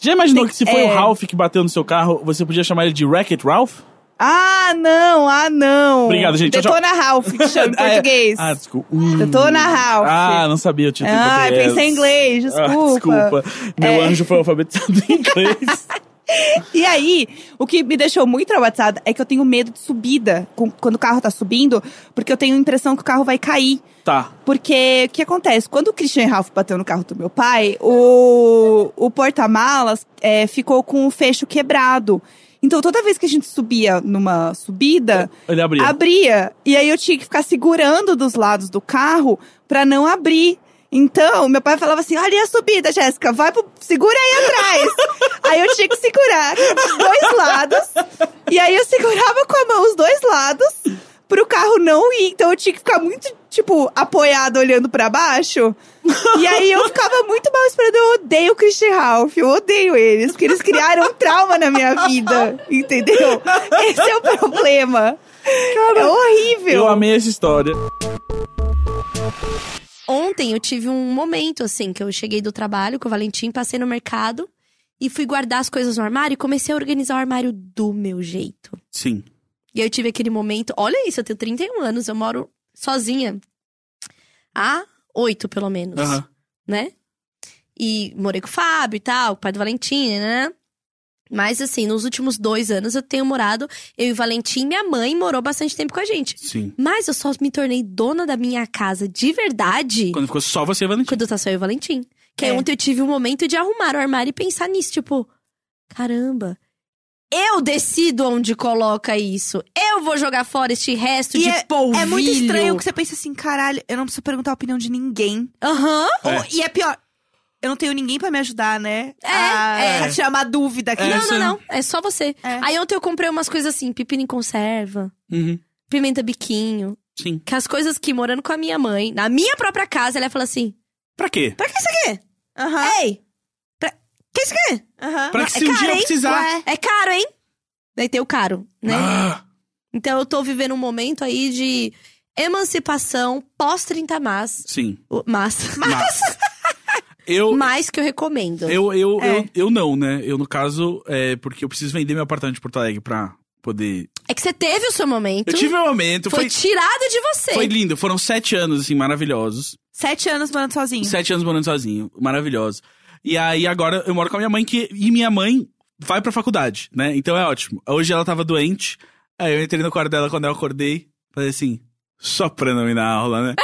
S1: Já imaginou que se foi
S3: é.
S1: o Ralph que bateu no seu carro, você podia chamar ele de Wreck-It Ralph?
S3: Ah, não, ah, não.
S1: Obrigado, gente. Tchau, tchau.
S3: Detona Ralph, que chama em
S1: Ah, é.
S3: português.
S1: Ah, desculpa. Hum.
S3: Detona Ralph.
S1: Ah, não sabia, eu tinha tentado
S3: Ah,
S1: ver.
S3: pensei em inglês, desculpa.
S1: Ah, desculpa. Meu
S3: É.
S1: anjo foi alfabetizado em inglês.
S3: E aí, o que me deixou muito traumatizada é que eu tenho medo de subida, com- quando o carro tá subindo, porque eu tenho a impressão que o carro vai cair.
S1: tá.
S3: Porque o que acontece? Quando o Christian Ralph bateu no carro do meu pai, o, o porta-malas é, ficou com o fecho quebrado. Então toda vez que a gente subia numa subida,
S1: Ele abriu.
S3: abria. E aí eu tinha que ficar segurando dos lados do carro pra não abrir. Então, meu pai falava assim: olha a subida, Jéssica, vai pro. Segura aí atrás. aí eu tinha que segurar dos dois lados. E aí eu segurava com a mão os dois lados pro carro não ir. Então eu tinha que ficar muito, tipo, apoiada olhando pra baixo. E aí eu ficava muito mal esperando. Eu odeio o Christian Ralph, eu odeio eles, porque eles criaram um trauma na minha vida. Entendeu? Esse é o problema. é horrível.
S1: Eu amei essa história.
S2: Ontem eu tive um momento, assim, que eu cheguei do trabalho com o Valentim, passei no mercado e fui guardar as coisas no armário e comecei a organizar o armário do meu jeito.
S1: Sim.
S2: E aí eu tive aquele momento. Olha isso, eu tenho 31 anos, eu moro sozinha. Há oito, pelo menos.
S1: Aham.
S2: Né? E morei com o Fábio e tal, com o pai do Valentim, né? Mas assim, nos últimos dois anos eu tenho morado, eu e o Valentim, minha mãe morou bastante tempo com a gente.
S1: Sim.
S2: Mas eu só me tornei dona da minha casa de verdade
S1: Quando ficou só você, Valentim.
S2: quando tá só eu e o Valentim. Que
S3: É.
S2: aí ontem eu tive um momento de arrumar o armário e pensar nisso, tipo, caramba. Eu decido onde coloca isso. Eu vou jogar fora este resto
S5: E
S2: de
S5: é-
S2: polvilho.
S5: É muito estranho que você pense assim, caralho, eu não preciso perguntar a opinião de ninguém.
S2: Aham.
S5: Ou- e é pior, eu não tenho ninguém pra me ajudar, né?
S2: É,
S5: a,
S2: é.
S5: a tirar uma dúvida aqui.
S1: É,
S2: Não,
S1: você-
S2: não, não. É só você.
S5: É.
S2: Aí ontem eu comprei umas coisas assim, pepino em conserva,
S1: Uhum.
S2: pimenta biquinho.
S1: Sim.
S2: Que as coisas que, morando com a minha mãe, na minha própria casa, ela fala assim...
S1: Pra quê?
S5: Aham,
S2: Ei, pra... que isso aqui?
S5: aham.
S1: Pra que se um dia eu precisar.
S2: É caro, hein? Daí tem o caro, né?
S1: Ah,
S2: Então eu tô vivendo um momento aí de emancipação pós-30 mas,
S1: sim.
S2: o- mas,
S1: Mas. Eu,
S2: mais que eu recomendo.
S1: eu, eu,
S5: É.
S1: eu, eu não, né? Eu, no caso, é porque eu preciso vender meu apartamento de Porto Alegre pra poder.
S2: É que você teve o seu momento,
S1: Eu tive meu momento, foi,
S2: foi tirado de você.
S1: foi lindo. Foram sete anos, assim, maravilhosos.
S5: Sete anos morando sozinho.
S1: Sete anos morando sozinho, maravilhoso. E aí agora eu moro com a minha mãe que e minha mãe vai pra faculdade, né? Então é ótimo. Hoje ela tava doente, aí eu entrei no quarto dela quando eu acordei, falei assim, só pra não ir na aula, né?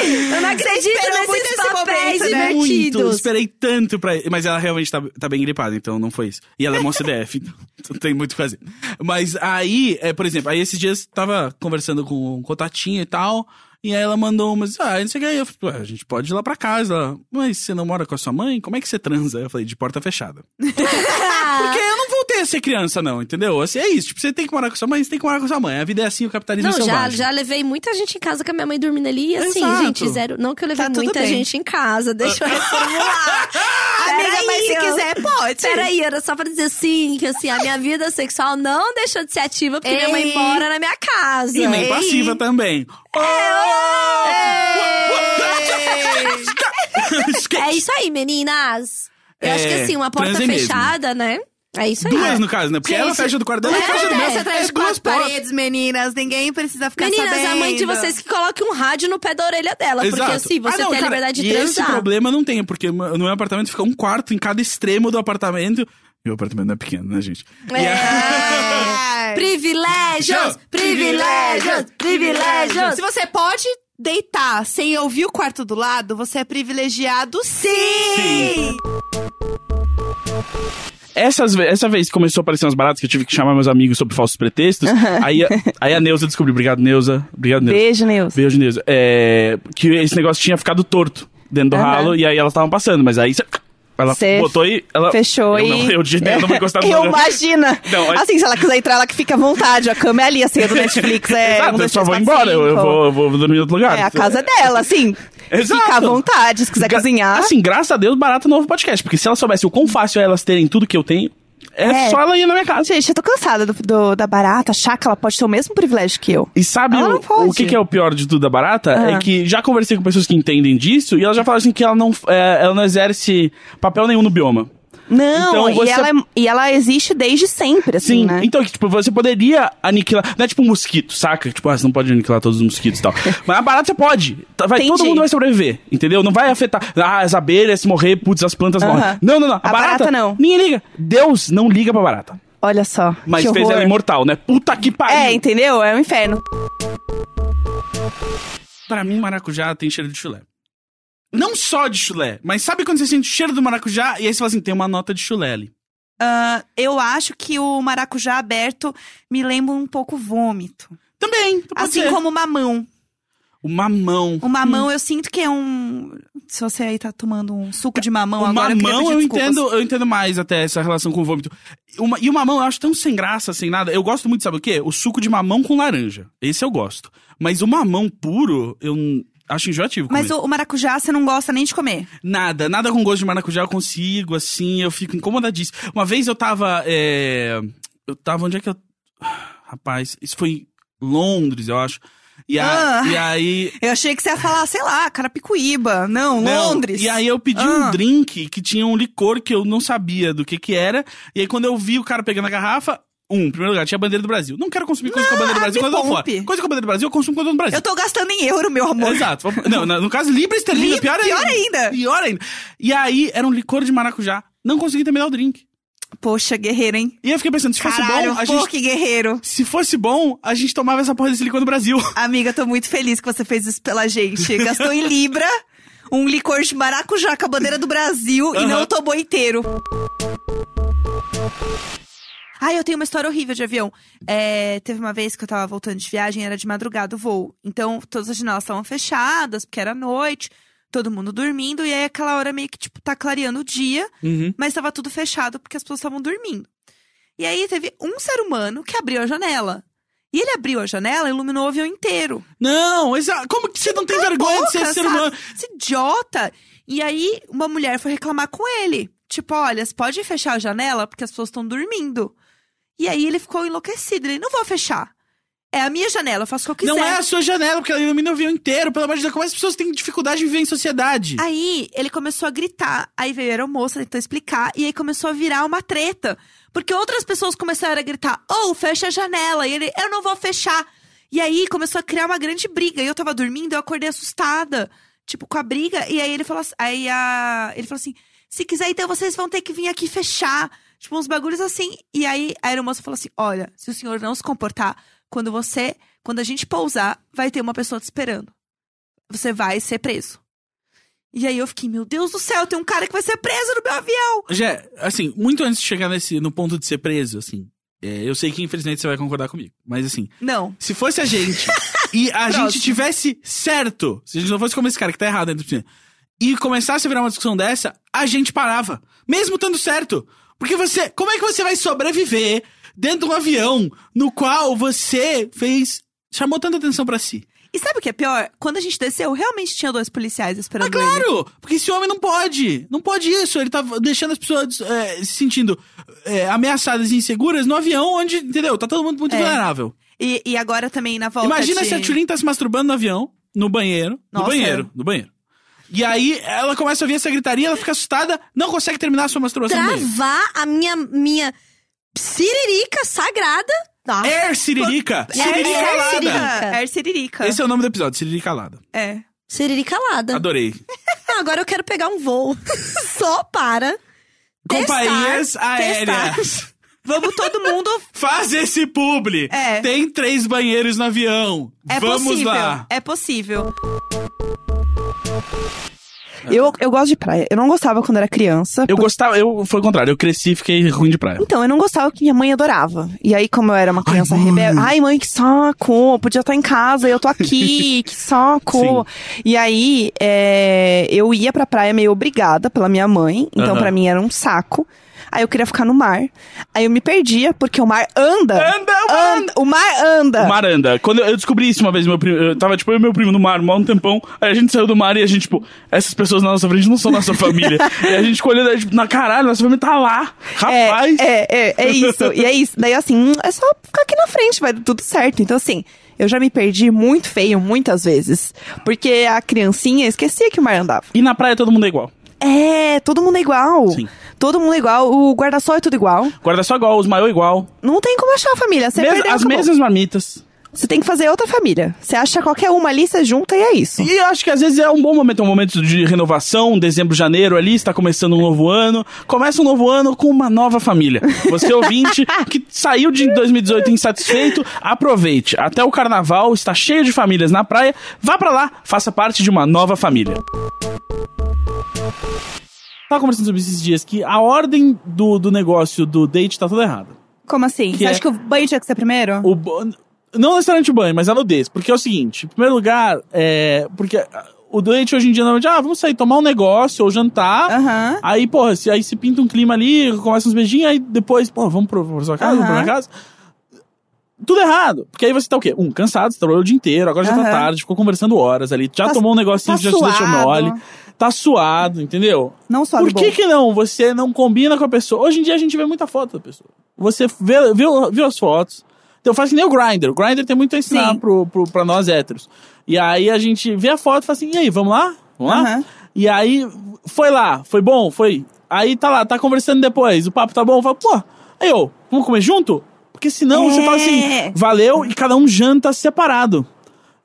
S2: Eu não acredito
S5: esperou muito
S2: nesses
S5: esse
S2: papéis
S5: momento, né?
S2: divertidos.
S1: é Muito, esperei tanto pra. Mas ela realmente tá, tá bem gripada, então não foi isso. E ela é mó CDF, então não tem muito o que fazer. Mas aí, é, por exemplo, aí esses dias tava conversando com um contatinho e tal. E aí ela mandou umas, ah, não sei o que. Aí eu falei, "Ué, a gente pode ir lá pra casa. Ela, mas você não mora com a sua mãe? Como é que você transa? Eu falei, de porta fechada. Porque eu não vou tem a ser criança, não, entendeu? Assim, é isso. Tipo, você tem que morar com sua mãe, você tem que morar com sua mãe. A vida é assim, o capitalismo
S2: Não,
S1: é
S2: já,
S1: selvagem.
S2: já levei muita gente em casa com a minha mãe dormindo ali. E assim,
S1: Exato.
S2: gente, zero. Não que eu levei
S3: Tá tudo
S2: muita
S3: bem.
S2: gente em casa. Deixa eu reformular.
S3: Amiga, mas se
S2: Peraí, eu-
S3: quiser, pode.
S2: Peraí, era só pra dizer assim, que assim, a minha vida sexual não deixou de ser ativa porque minha mãe
S3: Ei.
S2: mora na minha casa.
S1: E nem passiva também.
S2: É isso aí, meninas. Eu
S1: É,
S2: acho que assim, uma porta
S1: transem mesmo.
S2: fechada, né? É isso aí.
S1: Duas, no caso, né? Porque
S2: Gente,
S1: ela fecha do quarto dela e
S3: Não
S1: fecha do meu.
S3: acontece atrás
S1: É
S3: de
S1: duas
S3: quatro
S1: portas.
S3: paredes, meninas. Ninguém precisa ficar
S2: Meninas,
S3: sabendo.
S2: a mãe de vocês que coloque um rádio no pé da orelha dela. Porque assim, você
S1: Ah, não,
S2: tem a
S1: cara,
S2: liberdade
S1: e
S2: de
S1: Esse
S2: transar.
S1: problema não tem, porque ma- no meu apartamento fica um quarto em cada extremo do apartamento. Meu apartamento não é pequeno, né, gente? E a-
S3: Ai.
S2: Privilégios!
S1: é- Não.
S2: Privilégios! Privilégios!
S3: Se você pode deitar sem ouvir o quarto do lado, você é privilegiado sim!
S1: Essas, ve- essa vez que começou a aparecer umas baratas que eu tive que chamar meus amigos sobre falsos pretextos, aí, a- aí a Neuza descobriu. Obrigado, Neuza. Obrigado, Neuza.
S4: Beijo, Nilson.
S1: Beijo, Neuza. É, que esse negócio tinha ficado torto dentro do
S4: Aham.
S1: ralo, e aí elas estavam passando, mas aí cê- ela
S4: Cê
S1: botou e. Ela,
S4: Fechou
S1: eu
S4: e.
S1: Não, eu digitei, eu não vou encostar no
S4: Eu
S1: olho.
S4: imagina.
S1: Não, é-
S4: Assim, se ela quiser entrar, ela que fica à vontade. A cama é ali, assim, é do Netflix. É
S1: Exato,
S4: um,
S1: eu
S4: dois,
S1: só
S4: três,
S1: vou
S4: quatro,
S1: embora, eu, eu
S4: cinco.
S1: vou, eu vou dormir em outro lugar.
S4: É a casa dela, assim.
S1: Exato.
S4: Fica à vontade. Se quiser
S1: Gra-
S4: cozinhar.
S1: Assim, graças a Deus, barato novo podcast. Porque se ela soubesse o quão fácil é elas terem tudo que eu tenho, é,
S4: É.
S1: só ela ir na minha casa.
S4: Gente, eu tô cansada do, do- da barata, achar que ela pode ter o mesmo privilégio que eu.
S1: E sabe
S4: Ela
S1: o,
S4: não pode.
S1: o que, que é o pior de tudo da barata?
S4: Ah.
S1: É que já conversei com pessoas que entendem disso e elas já falaram assim que ela não, é, ela não exerce papel nenhum no bioma.
S4: Não,
S1: Então, você-
S4: e, ela, é- e ela existe desde sempre, assim,
S1: Sim,
S4: né?
S1: então, que, tipo, você poderia aniquilar. Não é tipo um mosquito, saca? Tipo, ah, você não pode aniquilar todos os mosquitos e tal. Mas a barata você pode. Tá- Vai, todo
S4: Entendi.
S1: mundo vai sobreviver, entendeu? Não vai afetar. Ah, as abelhas se morrer, putz, as plantas
S4: Aham.
S1: morrem. Não, não, não. A,
S4: A barata, não.
S1: Ninguém liga. Deus não liga pra barata.
S4: Olha só.
S1: Mas
S4: que
S1: fez
S4: horror.
S1: ela imortal, né? Puta que
S4: É,
S1: pariu.
S4: entendeu? É um inferno.
S1: Pra mim, maracujá tem cheiro de chulé. Não só de chulé, mas sabe quando você sente o cheiro do maracujá e aí você fala assim, tem uma nota de chulé ali.
S3: Ah, eu acho que o maracujá aberto me lembra um pouco vômito.
S1: Também, então pode
S3: Assim
S1: ser. Hum.
S3: como o mamão.
S1: O mamão.
S3: O mamão, eu sinto que é um. Se você aí tá tomando um suco de mamão
S1: o
S3: agora, eu, queria
S1: mamão
S3: pedir
S1: eu,
S3: desculpas.
S1: entendo, eu entendo mais até essa relação com o vômito. Uma- e o mamão eu acho tão sem graça, sem nada. Eu gosto muito, sabe o quê? O suco de mamão com laranja. Esse eu gosto. Mas o mamão puro, eu n- acho enjoativo.
S3: Mas
S1: comer.
S3: o, o maracujá você não gosta nem de comer.
S1: Nada, nada com gosto de maracujá eu consigo, assim, eu fico incomodadíssimo. Uma vez eu tava. é, Eu tava, onde é que eu. Rapaz, isso foi em Londres, eu acho. E, a-
S3: Ah.
S1: e aí.
S3: Eu achei que você ia falar, sei lá, Carapicuíba. Não,
S1: Não,
S3: Londres.
S1: E aí eu pedi
S3: Ah.
S1: um drink que tinha um licor que eu não sabia do que que era. E aí quando eu vi o cara pegando a garrafa, um, em primeiro lugar, tinha a bandeira do Brasil. Não quero consumir coisa com a bandeira do
S3: ah,
S1: Brasil
S3: me
S1: quando eu tô fora.
S3: poupe.
S1: Coisa com a bandeira do Brasil, eu consumo quando eu tô no Brasil.
S3: Eu tô gastando em euro, meu amor.
S1: Exato. Não, na- no caso, Libra esterlina,
S3: Li-
S1: pior ainda.
S3: pior ainda.
S1: Pior ainda. E aí, era um licor de maracujá. Não consegui terminar o drink.
S3: Poxa, guerreiro, hein?
S1: E eu fiquei pensando, se fosse
S3: Caralho,
S1: bom, a
S3: pô,
S1: gente...
S3: que guerreiro.
S1: Se fosse bom, a gente tomava essa porra desse licor no Brasil.
S3: Amiga, tô muito feliz que você fez isso pela gente. Gastou em Libra, um licor de maracujá com a bandeira do Brasil e
S1: Aham.
S3: não tomou inteiro. Ah, eu tenho uma história horrível de avião. É, teve uma vez que eu tava voltando de viagem, era de madrugada o voo. Então, todas as janelas estavam fechadas, porque era noite, todo mundo dormindo, e aí aquela hora meio que, tipo, tá clareando o dia mas estava tudo fechado porque as pessoas estavam dormindo. E aí teve um ser humano que abriu a janela. E ele abriu a janela e iluminou o avião inteiro.
S1: Não, exa... como que você não tem vergonha de ser
S3: Pouca,
S1: ser
S3: sabe?
S1: humano?
S3: Esse idiota! E aí uma mulher foi reclamar com ele. Tipo, olha, você pode fechar a janela porque as pessoas estão dormindo. E aí ele ficou enlouquecido. Ele, não vou fechar. É a minha janela, eu faço o que eu quiser.
S1: Não é a sua janela, porque ela ilumina o avião inteiro. Pelo amor de Deus, como as pessoas têm dificuldade de viver em sociedade?
S3: Aí ele começou a gritar, aí veio a aeromoça, tentou explicar, e aí começou a virar uma treta. Porque outras pessoas começaram a gritar, ou fecha a janela, e ele, eu não vou fechar. E aí começou a criar uma grande briga, e eu tava dormindo, eu acordei assustada, tipo, com a briga, e aí ele falou assim, aí a- ele falou assim, se quiser então vocês vão ter que vir aqui fechar, tipo, uns bagulhos assim. E aí a aeromoça falou assim, olha, se o senhor não se comportar, quando você, quando a gente pousar, vai ter uma pessoa te esperando. Você vai ser preso. E aí eu fiquei, meu Deus do céu, tem um cara que vai ser preso no meu avião.
S1: Jé, assim, muito antes de chegar nesse, no ponto de ser preso, assim, é, eu sei que infelizmente você vai concordar comigo, mas assim,
S3: Não.
S1: se fosse a gente e a
S3: Próximo.
S1: gente tivesse certo, se a gente não fosse como esse cara que tá errado dentro do e começasse a virar uma discussão dessa, a gente parava, mesmo estando certo.
S11: Porque você. Como é que você vai sobreviver dentro de um avião no qual você fez. chamou tanta atenção pra si?
S5: E sabe o que é pior? Quando a gente desceu, realmente tinha dois policiais esperando
S11: Ah,
S5: ele.
S11: claro! Porque esse homem não pode! Não pode isso! Ele tá deixando as pessoas é, se sentindo é, ameaçadas e inseguras no avião onde, entendeu? Tá todo mundo muito
S5: É.
S11: vulnerável.
S5: E, e agora também na volta.
S11: Imagina
S5: de...
S11: se a Tulin tá se masturbando no avião, no banheiro.
S5: Nossa.
S11: No banheiro, no banheiro. E aí ela começa a ouvir essa gritaria, ela fica assustada, não consegue terminar a sua masturbação no banheiro.
S2: Travar a minha, minha siririca sagrada. Nossa.
S1: Tá.
S11: Air Siririca! Siririca
S2: Air
S11: Alada!
S2: Siririca.
S5: É Siririca.
S11: Esse é o nome do episódio, Siririca Alada.
S5: É.
S2: Siririca alada.
S11: Adorei.
S2: Ah, agora eu quero pegar um voo só para. Testar,
S11: Companhias
S2: testar.
S11: aéreas.
S5: Vamos todo mundo.
S11: Faz esse publi!
S5: É.
S11: Tem três banheiros no avião.
S5: É
S11: Vamos
S5: possível.
S11: lá.
S5: É possível.
S3: Eu, eu gosto de praia. Eu não gostava quando era criança.
S1: Eu gostava, eu foi o contrário, eu cresci e fiquei ruim de praia.
S3: Então, eu não gostava que minha mãe adorava. E aí, como eu era uma criança rebelde, ai, mãe, que saco! eu Podia estar em casa, eu tô aqui, que saco! E aí, é, eu ia pra praia meio obrigada pela minha mãe, então
S1: Aham.
S3: pra mim era um saco. Aí eu queria ficar no mar. Aí eu me perdia, porque o mar anda! Anda! anda o mar anda!
S1: Maranda, quando eu eu descobri isso uma vez, meu primo, eu tava tipo eu e meu primo no mar, mal um tempão, aí a gente saiu do mar e a gente, tipo, essas pessoas na nossa frente não são nossa família. e a gente ficou olhando, aí, tipo, na caralho, nossa família tá lá.
S3: É,
S1: Rapaz.
S3: É, é, é isso. E é isso. Daí, assim, hum, é só ficar aqui na frente, vai dar tudo certo. Então, assim, eu já me perdi muito feio muitas vezes. Porque a criancinha esquecia que o mar andava.
S1: E na praia todo mundo é igual.
S3: É, todo mundo é igual.
S1: Sim.
S3: Todo mundo é igual. O guarda-sol é tudo igual.
S1: Guarda só igual, os maior é igual.
S3: Não tem como achar a família. Você
S1: Mes-
S3: perdeu,
S1: as
S3: acabou.
S1: mesmas marmitas.
S3: Você tem que fazer outra família. Você acha qualquer uma ali, você junta e é isso.
S1: E eu acho que às vezes é um bom momento, é um momento de renovação, um dezembro, janeiro ali, está começando um novo ano. Começa um novo ano com uma nova família. Você ouvinte que saiu de 2018 insatisfeito, aproveite. Até o carnaval está cheio de famílias na praia. Vá pra lá, faça parte de uma nova família. Tava conversando sobre esses dias que a ordem do, do negócio do date tá toda errada.
S3: Como assim?
S1: Que
S3: você
S1: é-
S3: acha que o banho tinha que ser primeiro?
S1: O bo- Não necessariamente o banho, mas a nudez. Porque é o seguinte, em primeiro lugar, é. Porque o doente hoje em dia normalmente, ah, vamos sair tomar um negócio ou jantar.
S3: Aham.
S1: Aí, porra, se, aí se pinta um clima ali, começa uns beijinhos, aí depois, pô, vamos pro, pra sua casa, vamos pra
S3: Aham.
S1: minha casa. Tudo errado. Porque aí você tá o quê? Um, cansado, você trabalhou o dia inteiro, agora já tá
S3: Aham.
S1: tarde, ficou conversando horas ali, já
S3: Tá-
S1: tomou um negocinho
S3: tá
S1: que já te deixou
S3: suado.
S1: mole, tá suado, entendeu?
S3: Não só
S1: Por
S3: do
S1: que
S3: bom.
S1: que não? Você não combina com a pessoa. Hoje em dia a gente vê muita foto da pessoa. Você vê, viu, viu as fotos. Então faz que nem o Grindr. O Grindr tem muito a ensinar
S3: Sim.
S1: pro, pro, pra nós héteros. E aí a gente vê a foto e fala assim, e aí, vamos lá? Vamos lá?
S3: Aham.
S1: E aí, foi lá, foi bom, foi. Aí tá lá, tá conversando depois, o papo tá bom, fala, pô, aí eu, vamos comer junto? Porque senão você
S3: É.
S1: fala assim, valeu, e cada um janta separado.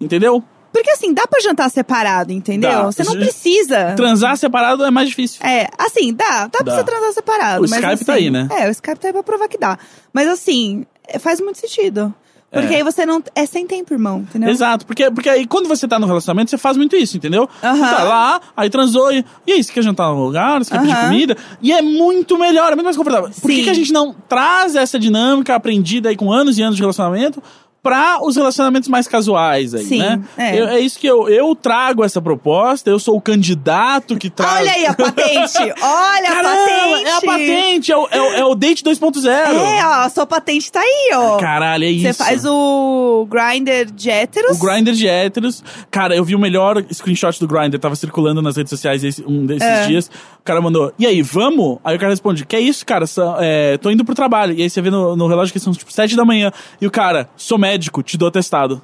S1: Entendeu?
S3: Porque assim, dá pra jantar separado, entendeu?
S1: Dá.
S3: Você não
S1: Ju-
S3: precisa.
S1: Transar separado é mais difícil.
S3: É, assim, dá, dá, pra
S1: Dá.
S3: você transar separado.
S1: O
S3: mas,
S1: Skype tá
S3: assim,
S1: aí, né?
S3: É, o Skype tá aí pra provar que dá. Mas assim, é, faz muito sentido. Porque
S1: É.
S3: aí você não. É sem tempo, irmão, entendeu?
S1: Exato, porque, porque aí quando você tá no relacionamento, você faz muito isso, entendeu?
S3: Aham.
S1: Tá lá, aí transou, e, e aí, você quer jantar no lugar, você quer pedir
S3: Aham.
S1: comida, e é muito melhor, é muito mais confortável. Por que,
S3: Sim.
S1: que a gente não traz essa dinâmica aprendida aí com anos e anos de relacionamento pra os relacionamentos mais casuais aí,
S3: Sim,
S1: né?
S3: é.
S1: Eu- é isso que eu, eu trago essa proposta, eu sou o candidato que traz...
S3: Olha aí a patente! Olha
S1: Caramba,
S3: a patente!
S1: é a patente, é o, é o, é o date 2.0.
S3: É, ó, a sua patente tá aí, ó.
S1: Caralho, é isso.
S3: Você faz o grinder de héteros.
S1: O Grindr de héteros. Cara, eu vi o melhor screenshot do Grindr. Tava circulando nas redes sociais esse- um desses
S3: É.
S1: dias. O cara mandou, e aí, vamos? Aí o cara responde, que é isso, cara? Só- é, tô indo pro trabalho. E aí você vê no, no relógio que são tipo 7 da manhã. E o cara, sou médico, te dou atestado.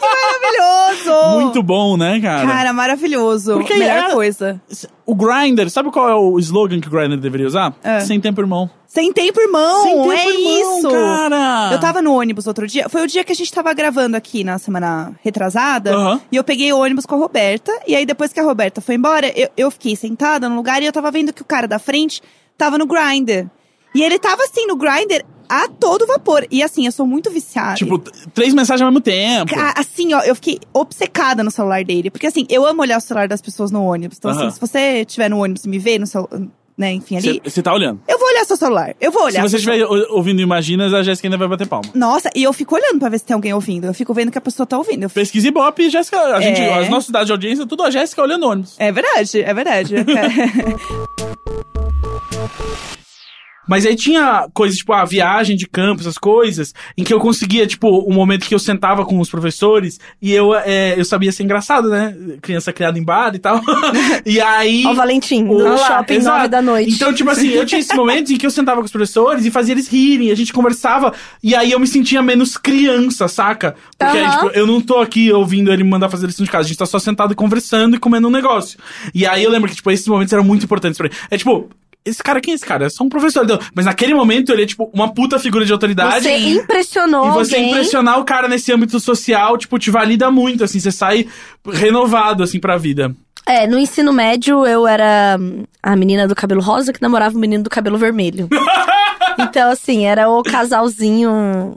S3: Maravilhoso!
S1: Muito bom, né, cara?
S3: Oh. Cara, maravilhoso.
S1: Porque
S3: Melhor
S1: é-
S3: coisa.
S1: O Grindr, sabe qual é o slogan que o Grindr deveria usar?
S3: É.
S1: Sem tempo, irmão.
S3: Sem tempo, irmão!
S1: Sem tempo,
S3: é
S1: irmão,
S3: isso!
S1: cara!
S3: Eu tava no ônibus outro dia. Foi o dia que a gente tava gravando aqui na semana retrasada.
S1: Aham.
S3: E eu peguei o ônibus com a Roberta. E aí, depois que a Roberta foi embora, eu, eu fiquei sentada no lugar e eu tava vendo que o cara da frente tava no grinder. E ele tava assim no grinder a todo vapor. E assim, eu sou muito viciada.
S1: Tipo, t- três mensagens ao mesmo tempo.
S3: Ca- Assim, ó, eu fiquei obcecada no celular dele. Porque assim, eu amo olhar o celular das pessoas no ônibus. Então,
S1: Aham.
S3: assim, se você estiver no ônibus e me ver no celular, né, enfim, ali.
S1: Você tá olhando.
S3: Eu vou olhar seu celular. Eu vou olhar.
S1: Se você
S3: seu
S1: estiver o- ouvindo Imaginas, a Jéssica ainda vai bater palma.
S3: Nossa, e eu fico olhando pra ver se tem alguém ouvindo. Eu fico vendo que a pessoa tá ouvindo. Eu fico-
S1: Pesquisa Ibope e Jéssica. A gente,
S3: É.
S1: As nossas dados de audiência, tudo a Jéssica olhando ônibus.
S3: É verdade, é verdade.
S1: Mas aí tinha coisas, tipo, a viagem de campo, essas coisas, em que eu conseguia, tipo, o momento que eu sentava com os professores e eu, é, eu sabia ser engraçado, né? Criança criada em bar e tal. e aí.
S2: Ó, o Valentim, no
S1: Olá,
S2: shopping,
S1: exato.
S2: nove da noite.
S1: Então, tipo assim, eu tinha esses momentos em que eu sentava com os professores e fazia eles rirem, a gente conversava, e aí eu me sentia menos criança, saca? Porque aí,
S2: Aham.
S1: tipo, eu não tô aqui ouvindo ele me mandar fazer lição de casa, a gente tá só sentado conversando e comendo um negócio. E aí eu lembro que, tipo, esses momentos eram muito importantes pra mim. É tipo. Esse cara, quem é esse cara? É só um professor. entendeu? Mas naquele momento ele é, tipo, uma puta figura de autoridade.
S2: Você impressionou
S1: Então, E você
S2: alguém.
S1: impressionar o cara nesse âmbito social, tipo, te valida muito, assim. Você sai renovado, assim, pra vida.
S2: É, no ensino médio eu era hum, a menina do cabelo rosa que namorava o menino do cabelo vermelho. então, assim, era o casalzinho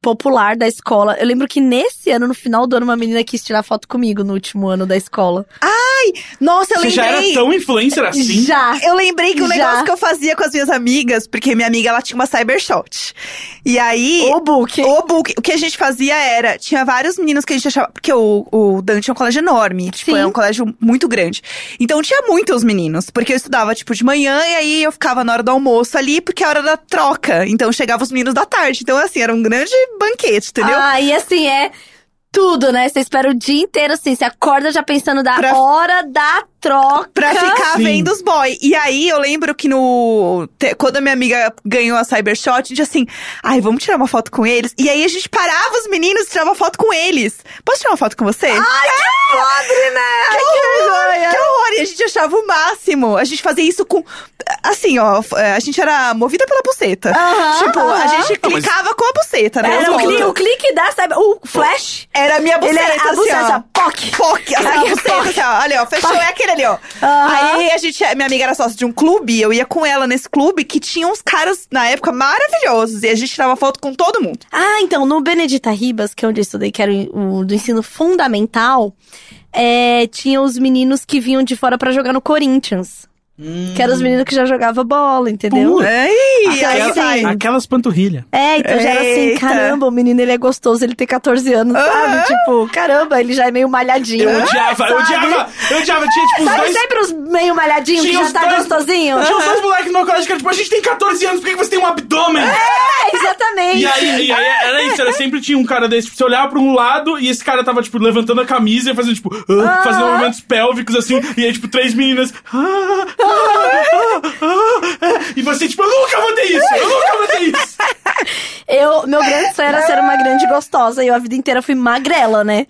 S2: popular da escola. Eu lembro que nesse ano, no final do ano, uma menina quis tirar foto comigo no último ano da escola.
S3: Nossa, eu
S1: você já era
S3: lembrei.
S1: tão influencer assim?
S2: Já!
S3: Eu lembrei que o
S2: Já.
S3: negócio que eu fazia com as minhas amigas, porque minha amiga ela tinha uma cybershot. E aí.
S2: O book.
S3: O book, o que a gente fazia era, tinha vários meninos que a gente achava, porque o, o Dante é um colégio enorme, tipo,
S2: Sim.
S3: é um colégio muito grande. Então tinha muitos meninos, porque eu estudava, tipo, de manhã, e aí eu ficava na hora do almoço ali, porque é a hora da troca. Então chegavam os meninos da tarde. Então, assim, era um grande banquete, entendeu?
S2: Ah, e assim, é tudo, né? Você espera o dia inteiro, assim, você acorda já pensando da
S3: Pra-
S2: hora da troca.
S3: Pra ficar
S1: Sim.
S3: vendo os boy. E aí, eu lembro que no... te- Quando a minha amiga ganhou a Cybershot, a gente assim... Ai, vamos tirar uma foto com eles? E aí, a gente parava os meninos e tirava foto com eles. Posso tirar uma foto com você? Ai, que podre, né? Que, vergonha! Que horror! E a gente achava o máximo. A gente fazia isso com... Assim, ó, f- a gente era movida pela buceta.
S2: Aham,
S3: tipo, a
S2: aham.
S3: gente clicava com a buceta, né?
S2: Era o
S3: Foto.
S2: clique, o clique da, sabe? O flash.
S3: Era a minha
S2: Ele
S3: buceta,
S2: era a
S3: assim,
S2: buceta,
S3: ó.
S2: assim, ó, poc.
S3: Poc, assim,
S2: Ai,
S3: a buceta, assim, ó, olha, ó, fechou, é aquele ali, ó.
S2: Aham.
S3: Aí a gente, minha amiga era sócia de um clube, eu ia com ela nesse clube que tinha uns caras, na época, maravilhosos. E a gente tirava foto com todo mundo.
S2: Ah, então, no Benedita Ribas, que é onde eu estudei, que era o do ensino fundamental, é, tinha os meninos que vinham de fora pra jogar no Corinthians.
S1: Hum.
S2: Que eram os meninos que já jogavam bola, entendeu?
S1: Puta.
S3: Ai, aí
S1: Aquela-
S3: sai.
S1: aquelas panturrilhas.
S2: É, então já era assim,
S3: Eita.
S2: caramba, o menino ele é gostoso, ele tem 14 anos, sabe? Tipo, caramba, ele já é meio malhadinho.
S1: Eu odiava, eu odiava, eu odiava. Tinha, tipo, os
S2: Sabe
S1: dois...
S2: sempre os meio malhadinhos que
S1: Tinha os
S2: já tá
S1: dois-
S2: gostosinho?
S1: Tinha os dois moleques no meu colégio que era, tipo, a gente tem 14 anos, por que que você tem um abdômen?
S2: É, exatamente.
S1: E aí, e aí era isso, era sempre tinha um cara desse, tipo, você olhava pra um lado e esse cara tava, tipo, levantando a camisa e fazendo, tipo, ah, fazendo movimentos pélvicos, assim, e aí, tipo, três meninas. ah, ah, ah, ah, é. e você, tipo, eu nunca vou ter isso, eu nunca vou ter isso.
S2: Eu, meu grande sonho era ser uma grande gostosa e eu a vida inteira fui magrela, né?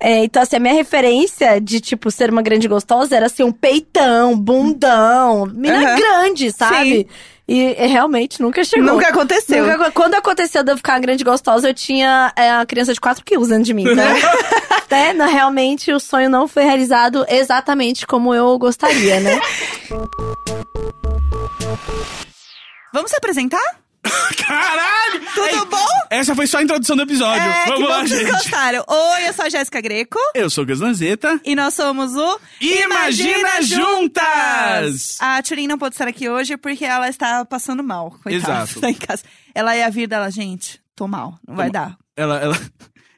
S2: É, então, assim, a minha referência de, tipo, ser uma grande gostosa era ser um peitão, bundão, mina
S3: Aham.
S2: grande, sabe? E, é, realmente nunca chegou.
S3: Nunca aconteceu.
S2: Nunca acon- quando aconteceu de eu ficar uma grande gostosa, eu tinha é, uma criança de 4 quilos dentro de mim. Então, né, na- realmente, o sonho não foi realizado exatamente como eu gostaria, né?
S3: Vamos se apresentar?
S1: Caralho!
S3: Tudo bom?
S12: Essa foi só a introdução do episódio.
S3: É, que
S12: Vamos
S3: bom
S12: lá,
S3: que vocês
S12: gente.
S3: gostaram. Oi, eu sou a Jéssica Greco.
S12: Eu sou o Gaslanzeta.
S3: E nós somos o...
S12: Imagina Juntas!
S3: A Turin não pôde estar aqui hoje porque ela está passando mal. Coitada,
S12: Exato.
S3: Tá em casa. Ela é a vida dela, gente, tô mal, não vai dar.
S12: Ela, ela,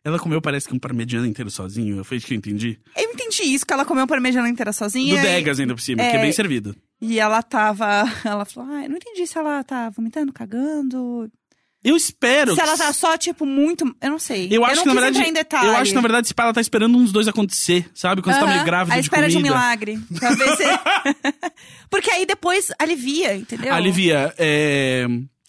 S12: ela comeu, parece que um parmegiana inteiro sozinho. Foi isso que eu entendi.
S3: Eu entendi isso, que ela comeu parmegiana inteira sozinha.
S12: do
S3: e-
S12: Degas ainda por cima, que é
S3: é,
S12: bem servido.
S3: E ela tava. Ela falou: ai, não entendi se ela tá vomitando, cagando.
S12: Eu espero.
S3: Se
S12: que-
S3: ela tá só, tipo, muito. Eu não sei.
S12: Eu acho
S3: não
S12: que, na
S3: quis
S12: verdade,
S3: entrar em detalhe.
S12: Eu acho que, na verdade, se pá, ela tá esperando uns dois acontecer, sabe? Quando você tá meio
S3: Aham,
S12: grávida
S3: A
S12: de
S3: espera
S12: comida.
S3: de um milagre. Pra ver se. Porque aí depois alivia, entendeu?
S12: Alivia, é...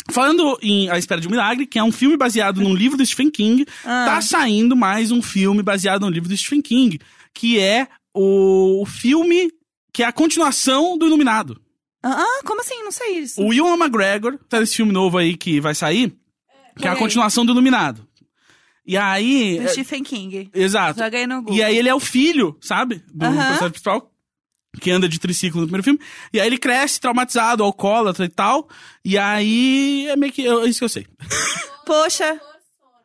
S12: Falando em A Espera de um Milagre, que é um filme baseado num livro do Stephen King,
S3: Ah.
S12: tá saindo mais um filme baseado num livro do Stephen King, que é o filme que é a continuação do Iluminado.
S3: Ah, ah, como assim? Não sei isso.
S12: O Ewan McGregor tá nesse filme novo aí que vai sair, que é a
S3: Olha aí.
S12: continuação do Iluminado. E aí...
S3: Do Stephen King.
S12: é- Exato.
S3: Já ganhei no Google.
S12: E aí ele é o filho, sabe? Do
S3: Aham.
S12: personagem principal. Que anda de triciclo no primeiro filme. E aí ele cresce traumatizado, alcoólatra e tal. E aí é meio que. É isso que eu sei. é-
S3: Poxa,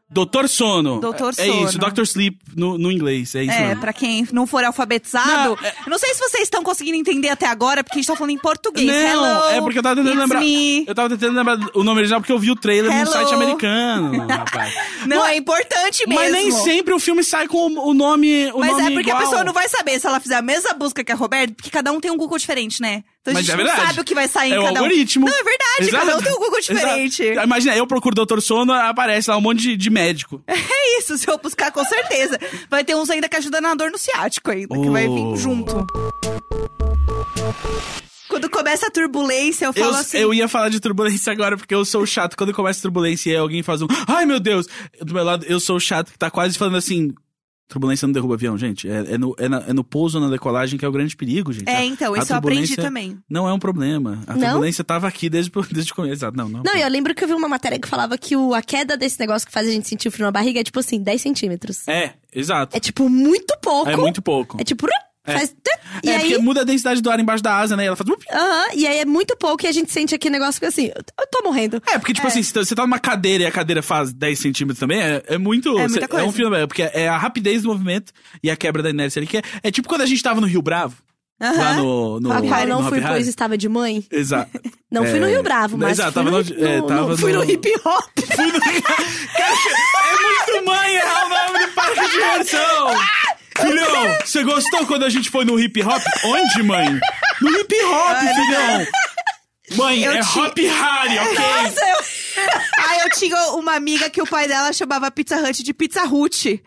S12: Doutor Sono.
S3: Doutor
S12: é, É isso,
S3: Sono.
S12: Dr. Sleep no, no inglês. É isso
S3: é,
S12: mesmo.
S3: pra quem não for alfabetizado.
S12: Não, é-
S3: eu Não sei se vocês estão conseguindo entender até agora, porque a gente tá falando em português.
S12: Não,
S3: Hello,
S12: é porque eu tava tentando
S3: it's
S12: lembrar.
S3: me.
S12: Eu tava tentando lembrar o nome original porque eu vi o trailer num
S3: Hello.
S12: site americano, rapaz.
S3: Não, é importante mesmo.
S12: Mas nem sempre o filme sai com o o nome. O
S3: Mas
S12: nome
S3: é porque
S12: igual.
S3: a pessoa não vai saber se ela fizer a mesma busca que a Roberta, porque cada um tem um Google diferente, né?
S5: Então
S1: Mas
S5: a gente
S1: é
S5: não
S1: verdade.
S5: sabe o que vai sair
S1: É
S5: em
S1: o
S5: cada um.
S1: algoritmo.
S5: Não, é verdade, cada um
S1: Exato. É
S5: tem um Google diferente.
S1: Exato. Imagina, eu procuro Doutor Sono, aparece lá um monte de, de médico.
S5: É isso, se eu buscar, com certeza. Vai ter uns ainda que ajuda na dor no ciático ainda, que vai vir
S1: Oh.
S5: junto. Quando começa a turbulência, eu falo
S1: Eu,
S5: assim.
S1: eu ia falar de turbulência agora, porque eu sou o chato. Quando começa turbulência e alguém faz um. Ai, meu Deus! Do meu lado, eu sou o chato que tá quase falando assim. Turbulência não derruba avião, gente. É, é no, é, na- é no pouso ou na decolagem que é o grande perigo, gente.
S5: É,
S1: A-
S5: então,
S1: a
S5: isso eu aprendi
S1: turbulência
S5: também.
S1: Não é um problema. A
S2: Não?
S1: turbulência tava aqui desde, o- desde o começo. Exato, não, não.
S2: Não, e eu lembro que eu vi uma matéria que falava que o, a queda desse negócio que faz a gente sentir o frio na barriga é tipo assim, 10 centímetros. É,
S1: É, exato.
S2: tipo muito pouco.
S1: É muito pouco.
S2: É tipo. ru, Faz, tã, e
S1: é,
S2: aí,
S1: porque muda a densidade do ar embaixo da asa, né? E ela faz.
S2: aham, e aí é muito pouco e a gente sente aquele negócio que assim, eu t- eu tô morrendo.
S1: É, porque, tipo assim, se você tá numa cadeira e a cadeira faz 10 centímetros também, é, é muito.
S5: É muita
S1: cê-
S5: coisa.
S1: um fenômeno, porque é a rapidez do movimento e a quebra da inércia ali, que é, é tipo quando a gente tava no Rio Bravo, lá
S5: Aham.
S1: no. no
S2: Ah, cara, eu
S1: no
S2: não
S1: Hop
S2: fui,
S1: Hari.
S2: pois estava de mãe.
S1: Exato.
S2: Não fui no
S1: É,
S2: Rio Bravo, mas.
S1: exato,
S2: fui
S1: tava
S2: no,
S1: no- é,
S2: no-
S1: tava
S2: no- fui no
S1: no-
S2: hip hop.
S1: É muito mãe errar o nome do parque de diversão! Filhão, você gostou quando a gente foi no hip hop? Onde, mãe? No hip hop, filhão! Mãe,
S5: Eu
S1: é
S5: te-
S1: Hop Hari, ok?
S5: Aí Ah, eu tinha uma amiga que o pai dela chamava Pizza Hut de Pizza Hut.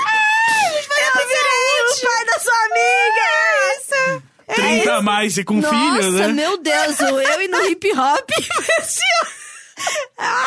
S1: Ah,
S5: Ai, o pai da sua
S1: Ah,
S5: amiga! É isso!
S1: 30 a mais e com filhos, né?
S2: Nossa, meu Deus, o eu e no hip hop. Ah,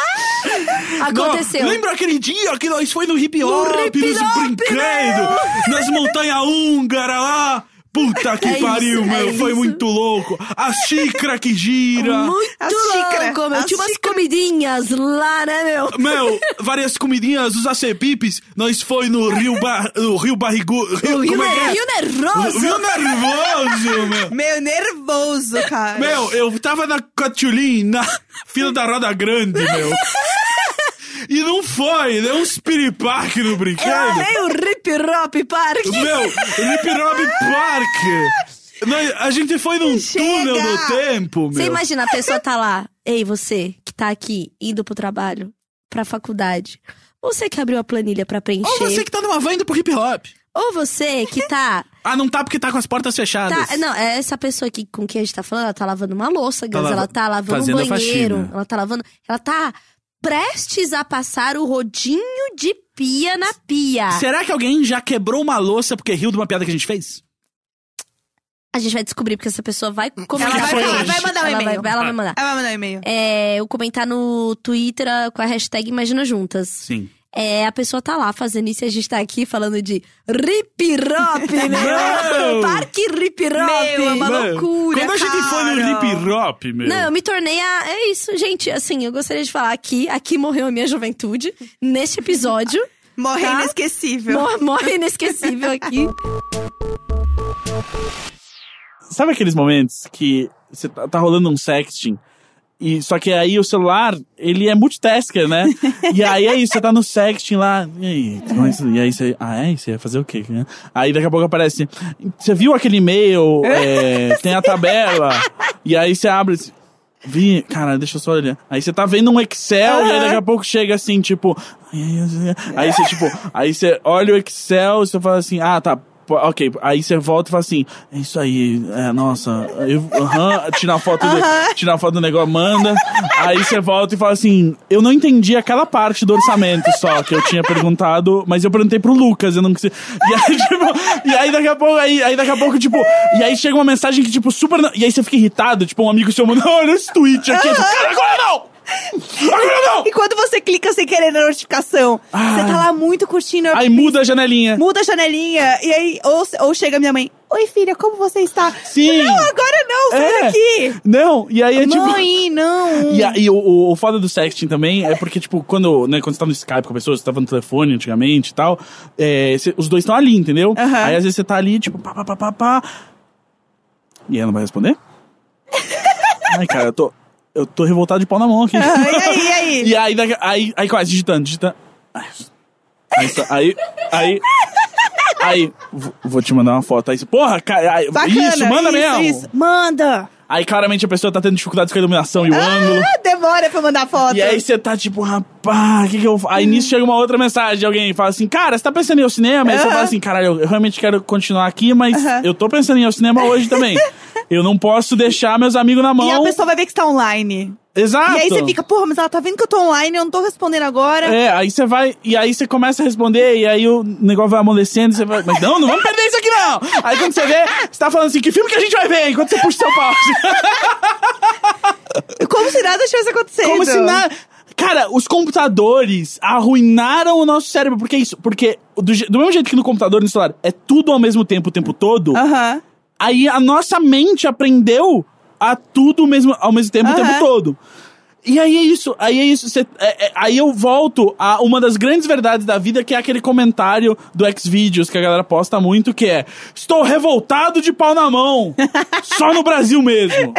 S2: Aconteceu.
S1: Não, lembra aquele dia que nós foi no hip hop,
S2: No hip
S1: nos
S2: hop, né?
S1: brincando, nas montanhas húngaras lá? Puta que
S2: É isso,
S1: pariu,
S2: é
S1: meu, foi
S2: isso.
S1: muito louco. A xícara que gira.
S2: Muito
S5: A xícara,
S2: louco, meu.
S5: a
S2: Tinha umas comidinhas lá, né, meu?
S1: Meu, várias comidinhas, os acepipes, nós foi no Rio Bar... No Rio Barrigu... Rio,
S2: E o
S1: como é que é?
S2: Rio Nervoso.
S1: Rio Nervoso, meu.
S5: Meu nervoso, cara.
S1: Meu, eu tava na Cotulin, na fila da Roda Grande, meu. E não foi, né? deu uns piripaque no brinquedo.
S2: Eu amei o hip hop park.
S1: Meu, Lip Rob Park! Nós- a gente foi num túnel do tempo, meu.
S2: Você imagina, a pessoa tá lá. Ei, você que tá aqui, indo pro trabalho, pra faculdade. Você que abriu a planilha pra preencher.
S1: Ou você que tá numa van indo pro hip hop.
S2: Ou você que tá.
S1: Ah, não tá porque tá com as portas fechadas.
S2: tá não, é essa pessoa aqui com quem a gente tá falando, ela tá lavando uma louça, Gans,
S1: lava-
S2: ela tá lavando um
S1: fazendo a
S2: banheiro,
S1: faxina.
S2: ela tá lavando. Ela tá prestes a passar o rodinho de pia na pia.
S1: Será que alguém já quebrou uma louça porque riu de uma piada que a gente fez?
S2: A gente vai descobrir, porque essa pessoa vai comentar.
S5: vai
S2: com a
S5: falar,
S2: gente.
S5: vai mandar um
S2: ela
S5: e-mail.
S2: Vai, ela vai mandar.
S5: Ela vai mandar um e-mail.
S2: É, eu comentar no Twitter ah, com a hashtag Imagina Juntas.
S1: Sim.
S2: É, a pessoa tá lá fazendo isso e a gente tá aqui falando de rip-rop, meu!
S1: Não!
S2: Parque rip-rop!
S5: Meu, é uma loucura,
S1: Quando a gente foi no
S5: cara.
S1: hip hop, meu.
S2: Não, eu me tornei a. É isso, gente. Assim, eu gostaria de falar aqui, aqui morreu a minha juventude, neste episódio.
S5: Morrer
S2: Tá?
S5: inesquecível.
S2: Mor- Morre inesquecível aqui.
S1: Sabe aqueles momentos que você tá, tá rolando um sexting? E, só que aí o celular, ele é multitasker, né? E aí é isso, você tá no sexting lá. E aí, como é isso? E aí você. Ah, é? Você ia fazer o quê? né? Aí daqui a pouco aparece. Você viu aquele e-mail? é, tem a tabela. E aí você abre. assim, Vi, cara, deixa eu só olhar. Aí você tá vendo um Excel e aí daqui a pouco chega assim, tipo. "Ai, ai, ai, ai". Aí você, tipo, aí você olha o Excel e você fala assim, ah, tá. pô, Ok, aí você volta e fala assim, é isso aí, é, nossa, eu, aham, tira a foto do, tira a foto do negócio, manda. Aí você volta e fala assim, eu não entendi aquela parte do orçamento só que eu tinha perguntado, mas eu perguntei pro Lucas, eu não consegui. E aí, tipo, e aí daqui a pouco, aí, aí daqui a pouco, tipo, e aí chega uma mensagem que, tipo, super. na- E aí você fica irritado, tipo, um amigo seu manda, olha esse tweet aqui, eu falo, cara, agora não! Agora não!
S3: E quando você clica sem querer na notificação,
S1: Ah.
S3: você tá lá muito curtindo,
S1: Aí muda a janelinha.
S3: muda a janelinha, e aí, ou, ou chega minha mãe, oi filha, como você está?
S1: Sim.
S3: Não, agora não, sai
S1: É.
S3: daqui!
S1: Não, e aí é tipo.
S3: Mãe, não!
S1: E, a- e o, o, o foda do sexting também é porque, tipo, quando, né, quando você tá no Skype com a pessoa, você tava no telefone antigamente e tal, é, cê- os dois estão ali, entendeu?
S3: Aham.
S1: Aí às vezes você tá ali, tipo, pá, pá, pá, pá, pá. E ela não vai responder? Ai, cara, eu tô, eu tô revoltado de pau na mão aqui.
S3: Ah, e aí, e aí?
S1: E aí, daqui- aí, aí quase, digitando, digitando. Aí, só- aí, aí, aí, vou- vou te mandar uma foto. Aí, você, porra, cara, aí,
S3: Bacana,
S1: isso, manda
S3: isso,
S1: mesmo.
S3: isso. Manda!
S1: Aí, claramente, a pessoa tá tendo dificuldades com a iluminação e o ângulo.
S3: Ah, demora pra mandar foto.
S1: E aí você tá tipo, rapaz, o que que eu... fa-?" Aí nisso chega uma outra mensagem de alguém e fala assim, cara, você tá pensando em ir ao cinema? Aí você fala assim, caralho, eu realmente quero continuar aqui, mas eu tô pensando em ir ao cinema hoje também. Eu não posso deixar meus amigos na mão.
S3: E a pessoa vai ver que você tá online.
S1: Exato.
S3: E aí você fica, porra, mas ela tá vendo que eu tô online, eu não tô respondendo agora.
S1: É, aí você vai, e aí você começa a responder, e aí o negócio vai amolecendo, e você vai, mas não, não vamos perder isso aqui não! Aí quando você vê, você tá falando assim, que filme que a gente vai ver? Enquanto você puxa seu pau. assim.
S3: Como se nada tivesse acontecido.
S1: Como se nada. Cara, os computadores arruinaram o nosso cérebro. Por que isso? Porque do, je- do mesmo jeito que no computador e no celular é tudo ao mesmo tempo, o tempo todo,
S3: Aham.
S1: aí a nossa mente aprendeu a tudo mesmo, ao mesmo tempo, o
S3: Aham.
S1: tempo todo. E aí é isso, aí é isso. cê- é- é- aí eu volto a uma das grandes verdades da vida, que é aquele comentário do Xvideos que a galera posta muito, que é Estou revoltado de pau na mão. Só no Brasil mesmo.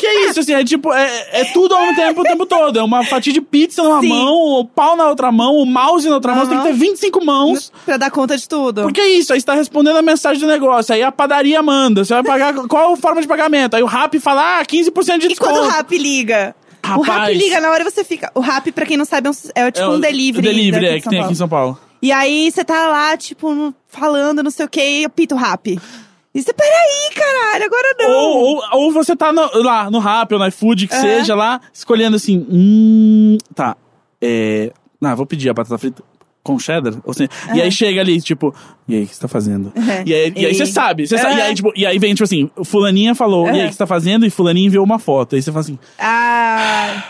S1: que é isso, assim, é tipo, é, é tudo ao mesmo tempo o tempo todo. É uma fatia de pizza numa
S3: Sim.
S1: mão, o pau na outra mão, o mouse na outra mão, você tem que ter 25 mãos.
S3: Pra dar conta de tudo.
S1: Porque é isso, aí você tá respondendo a mensagem do negócio, aí a padaria manda, você vai pagar qual forma de pagamento? Aí o Rap fala, ah, 15% de
S3: E quando
S1: desconto.
S3: o rap liga? O rap
S1: Rapaz.
S3: liga, na hora você fica. O rap, pra quem não sabe, é, um, é tipo
S1: É o-
S3: um delivery.
S1: o delivery,
S3: daqui
S1: é,
S3: de
S1: que
S3: São
S1: tem
S3: Paulo.
S1: aqui em São Paulo.
S3: E aí você tá lá, tipo, falando não sei o quê, e apita o rap. E você, peraí, caralho, agora não.
S1: Ou, ou, ou você tá no- lá no Rap ou no iFood, que
S3: Aham.
S1: seja lá, escolhendo assim, hum, tá, é... Ah, vou pedir a batata frita com cheddar. Ou sem- E aí chega ali, tipo, e aí, o que você tá fazendo?
S3: Uhum.
S1: E aí, e aí
S3: E-
S1: você sabe, você sabe.
S3: Aham.
S1: E aí, tipo, e aí vem, tipo assim, o fulaninha falou, e aí, o que você tá fazendo? E fulaninha enviou uma foto. Aí você fala assim,
S3: Ah,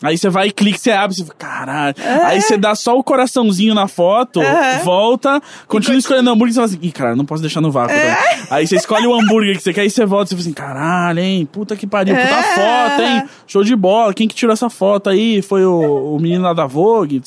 S1: Aí você vai e clica, você abre, você fala, caralho. Aí você dá só o coraçãozinho na foto, volta, continua escolhendo o hambúrguer e você fala assim, ih, cara, não posso deixar no vácuo. também." Aí você escolhe o hambúrguer que você quer, aí você volta, você fala assim, caralho, hein, puta que pariu, puta foto, hein, show de bola, quem que tirou essa foto aí? Foi o, o menino lá da Vogue?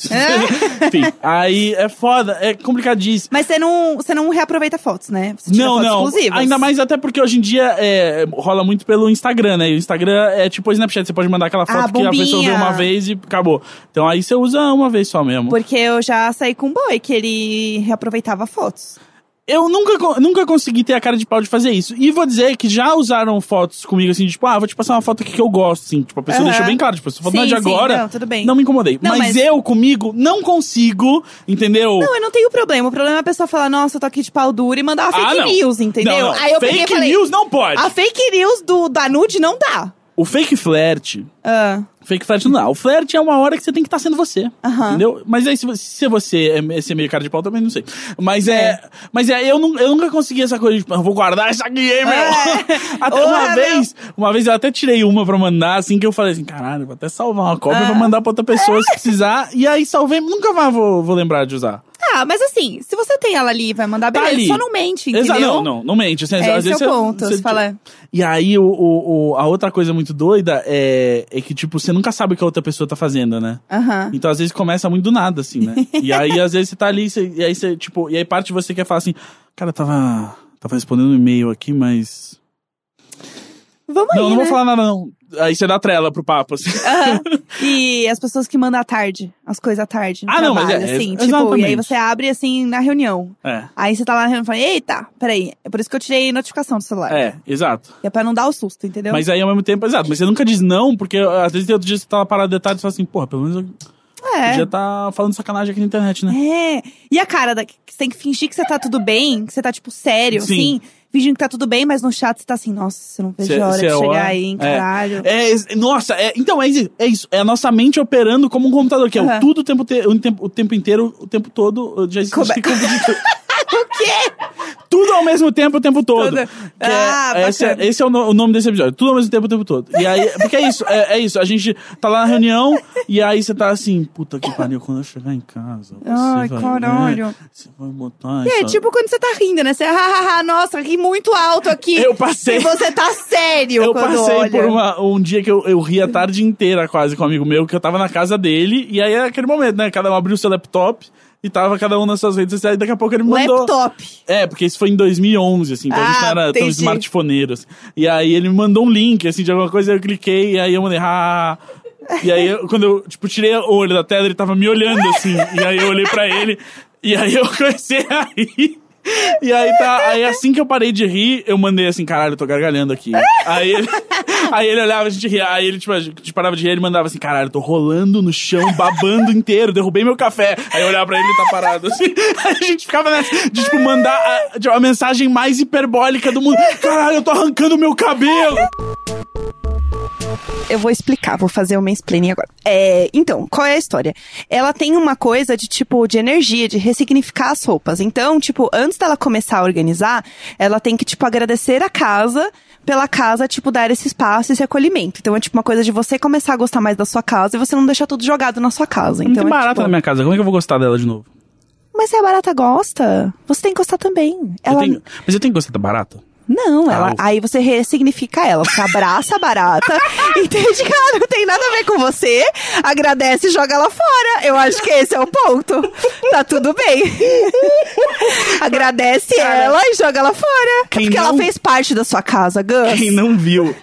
S1: Enfim, aí é foda, é complicadíssimo.
S3: mas você não, você não reaproveita fotos, né? Você tira
S1: Não,
S3: fotos
S1: não.
S3: exclusivas.
S1: Ainda mais até porque hoje em dia é, rola muito pelo Instagram, né? E o Instagram é tipo o Snapchat. Você pode mandar aquela foto
S3: Ah,
S1: que a pessoa vê
S3: bombinha.
S1: uma vez e acabou. Então aí você usa uma vez só mesmo.
S3: Porque eu já saí com um boy que ele reaproveitava fotos.
S1: Eu nunca, co- nunca consegui ter a cara de pau de fazer isso. E vou dizer que já usaram fotos comigo assim, tipo, ah, vou te passar uma foto aqui que eu gosto, assim. Tipo, a pessoa
S3: Aham.
S1: deixou bem claro, tipo, essa foto não é
S3: Sim,
S1: de
S3: sim,
S1: agora.
S3: não, tudo bem.
S1: Não me incomodei.
S3: Não,
S1: mas,
S3: mas-
S1: eu comigo não consigo, entendeu?
S3: Não, eu não tenho problema. O problema é a pessoa falar, nossa, eu tô aqui de pau duro e mandar uma
S1: Ah,
S3: fake
S1: não.
S3: news, entendeu?
S1: Não, não.
S3: Aí eu
S1: fake
S3: peguei e falei,
S1: news não pode.
S3: a fake news do, da nude não dá.
S1: O fake flerte
S3: Ah,
S1: Fake flerte não dá. O flerte é uma hora que você tem que estar sendo você.
S3: Aham.
S1: Entendeu? Mas aí, se você, se você é esse meio cara de pau, também não sei. Mas é. Mas é, eu, nu- eu nunca consegui essa coisa de, tipo, "Eu vou guardar isso aqui, hein, meu?
S3: É.
S1: Até uma
S3: Porra,
S1: vez, uma vez eu até tirei uma pra mandar, assim, que eu falei assim, caralho, vou até salvar uma
S3: Ah.
S1: cópia pra mandar pra outra pessoa se precisar. E aí salvei, nunca mais vou, vou lembrar de usar.
S3: Ah, mas assim, se você tem ela ali e vai mandar,
S1: Tá
S3: beleza,
S1: ali.
S3: só não mente, entendeu?
S1: Exa- Não, não, não mente. Assim,
S3: É,
S1: às
S3: esse é o
S1: vezes você-
S3: ponto. Você,
S1: você- tipo
S3: fala,
S1: E aí, o, o- o- a outra coisa muito doida é, é que, tipo, você nunca sabe o que a outra pessoa tá fazendo, né?
S3: aham.
S1: Então, às vezes, começa muito do nada, assim, né? e aí, às vezes, você tá ali, você- e aí você, tipo, e aí parte de você quer falar assim, cara, eu tava. Tava respondendo um e-mail aqui, mas.
S3: Vamos
S1: não,
S3: aí,
S1: não
S3: né?
S1: vou falar nada, não. Aí você dá trela pro papo, assim.
S3: E as pessoas que mandam à tarde, as coisas à tarde. no
S1: Ah, não, mas
S3: trabalho,
S1: é- é-
S3: assim, tipo, e aí
S1: exatamente.
S3: você abre assim na reunião.
S1: é.
S3: Aí você tá lá na reunião e fala, eita, peraí. É por isso que eu tirei notificação do celular.
S1: É, exato.
S3: É pra não dar o susto, entendeu?
S1: Mas aí ao mesmo tempo, exato. Mas você nunca diz não, porque às vezes tem outro dia que você tava parado de tarde e fala assim, porra, pelo menos eu
S3: é.
S1: podia tá falando sacanagem aqui na internet, né?
S3: É. E a cara da. que Você tem que fingir que você tá tudo bem, que você tá, tipo, sério,
S1: Sim.
S3: assim. Fingindo que tá tudo bem, mas no chat você tá assim, nossa, você não vejo
S1: Cê-
S3: a hora
S1: cê
S3: de
S1: é
S3: chegar
S1: hora.
S3: aí, hein,
S1: É.
S3: caralho.
S1: É, ex- nossa, é- então é, isso- é isso. É a nossa mente operando como um computador, que é
S3: Aham.
S1: o tudo o tempo, te- o tempo, o tempo inteiro, o tempo todo. eu Já existe
S3: Como é-
S1: o quê? Tudo ao mesmo tempo, o tempo todo.
S3: Tudo.
S1: Que é-
S3: Ah,
S1: esse, é,
S3: bacana.
S1: esse é o, no- o nome desse episódio. Tudo ao mesmo tempo, o tempo todo. E aí, porque é isso, é, é isso. A gente tá lá na reunião e aí você tá assim, puta que pariu, quando eu chegar em casa. Você
S3: Ai,
S1: vai,
S3: caralho.
S1: né, você vai botar
S3: É,
S1: essa-
S3: tipo quando você tá rindo, né? Você, hahaha, nossa, ri muito alto aqui.
S1: Eu passei.
S3: E você tá sério
S1: Eu
S3: quando
S1: passei
S3: olha.
S1: por uma- um dia que eu, eu ri a tarde inteira quase com um amigo meu, que eu tava na casa dele, e aí era aquele momento, né? Cada um abriu seu laptop e tava cada um nas suas redes sociais, e daqui a pouco ele me mandou.
S3: Laptop.
S1: É, porque isso foi em 2011, assim, então a gente
S3: Ah,
S1: não era tão
S3: entendi.
S1: smartphoneiro, assim. E aí ele me mandou um link, assim, de alguma coisa, eu cliquei, e aí eu mandei, ah... E aí, eu- quando eu, tipo, tirei o olho da tela, ele tava me olhando, assim, e aí eu olhei pra ele, e aí eu comecei a rir. E aí tá, aí assim que eu parei de rir, eu mandei assim, caralho, eu tô gargalhando aqui. Aí ele, aí ele olhava, a gente ria, aí ele tipo, a gente parava de rir, ele mandava assim, caralho, eu tô rolando no chão, babando inteiro, derrubei meu café. Aí eu olhava pra ele, ele tá parado assim. Aí a gente ficava nessa, de tipo, mandar a, de uma mensagem mais hiperbólica do mundo. Caralho, eu tô arrancando meu cabelo. É
S3: Eu vou explicar, vou fazer o mansplaining agora. É, então, qual é a história? Ela tem uma coisa de tipo de energia, de ressignificar as roupas. Então, tipo, antes dela começar a organizar, ela tem que tipo agradecer a casa pela casa, tipo, dar esse espaço, esse acolhimento. Então é tipo uma coisa de você começar a gostar mais da sua casa e você não deixar tudo jogado na sua casa.
S1: Não
S3: Então
S1: tem
S3: é,
S1: barata
S3: tipo,
S1: na minha casa, como é que eu vou gostar dela de novo?
S3: Mas se a barata gosta, você tem que gostar também.
S1: Eu
S3: Ela
S1: tenho- mas eu tenho que gostar tá da barata?
S3: não,
S1: Ah,
S3: ela,
S1: o-
S3: aí você ressignifica ela. Você abraça a barata, entende que ela não tem nada a ver com você, agradece e joga ela fora. Eu acho que esse é o ponto. Tá tudo bem. agradece ela e joga ela fora. É
S1: Quem
S3: porque ela
S1: não-
S3: fez parte da sua casa, Gus.
S1: Quem não viu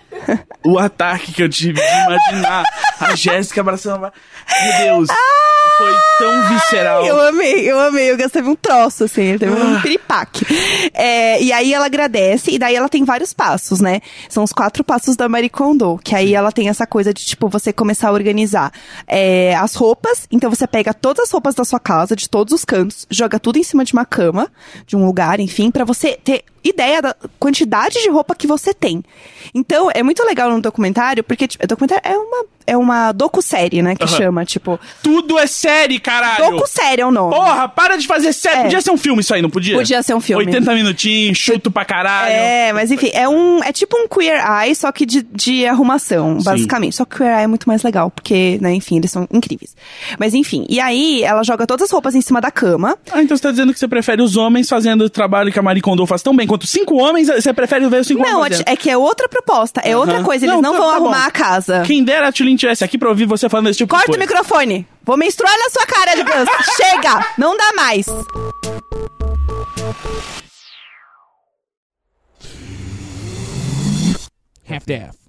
S1: o ataque que eu tive de imaginar a Jéssica abraçando a... Meu Deus, foi tão visceral.
S3: Eu amei, eu amei. O Gus teve um troço, assim, ele teve um piripaque. É, e aí ela agradece, e daí ela tem vários passos, né? São os quatro passos da Marie Kondo, que aí ela tem essa coisa de, tipo, você começar a organizar é, as roupas. Então você pega todas as roupas da sua casa, de todos os cantos, joga tudo em cima de uma cama, de um lugar, enfim, pra você ter ideia da quantidade de roupa que você tem. Então, é muito legal no documentário, porque tipo, documentário é uma, é uma docu-série, né, que chama, tipo...
S1: Tudo é série, caralho!
S3: Docu-série é o nome.
S1: Porra, para de fazer série.
S3: É.
S1: Podia ser um filme isso aí, não podia?
S3: Podia ser um filme.
S1: 80 minutinhos, chuto pra caralho.
S3: É, mas enfim, é um. É tipo um queer eye, só que de, de arrumação,
S1: Sim.
S3: basicamente. Só que queer eye é muito mais legal, porque, né, enfim, eles são incríveis. Mas enfim, e aí ela joga todas as roupas em cima da cama.
S1: Ah, então você tá dizendo que você prefere os homens fazendo o trabalho que a Marie Kondo faz tão bem quanto cinco homens, você prefere ver os cinco
S3: não,
S1: homens
S3: é,
S1: fazendo.
S3: é que é outra proposta, é outra
S1: Aham.
S3: coisa. Eles não,
S1: tá-
S3: vão
S1: tá
S3: arrumar
S1: bom.
S3: a casa.
S1: Quem dera a Tulin tivesse aqui pra ouvir você falando esse tipo
S3: é. Corta
S1: de
S3: o
S1: coisa.
S3: microfone! Vou menstruar na sua cara, Lucas! Chega! Não dá mais!
S13: half-deaf.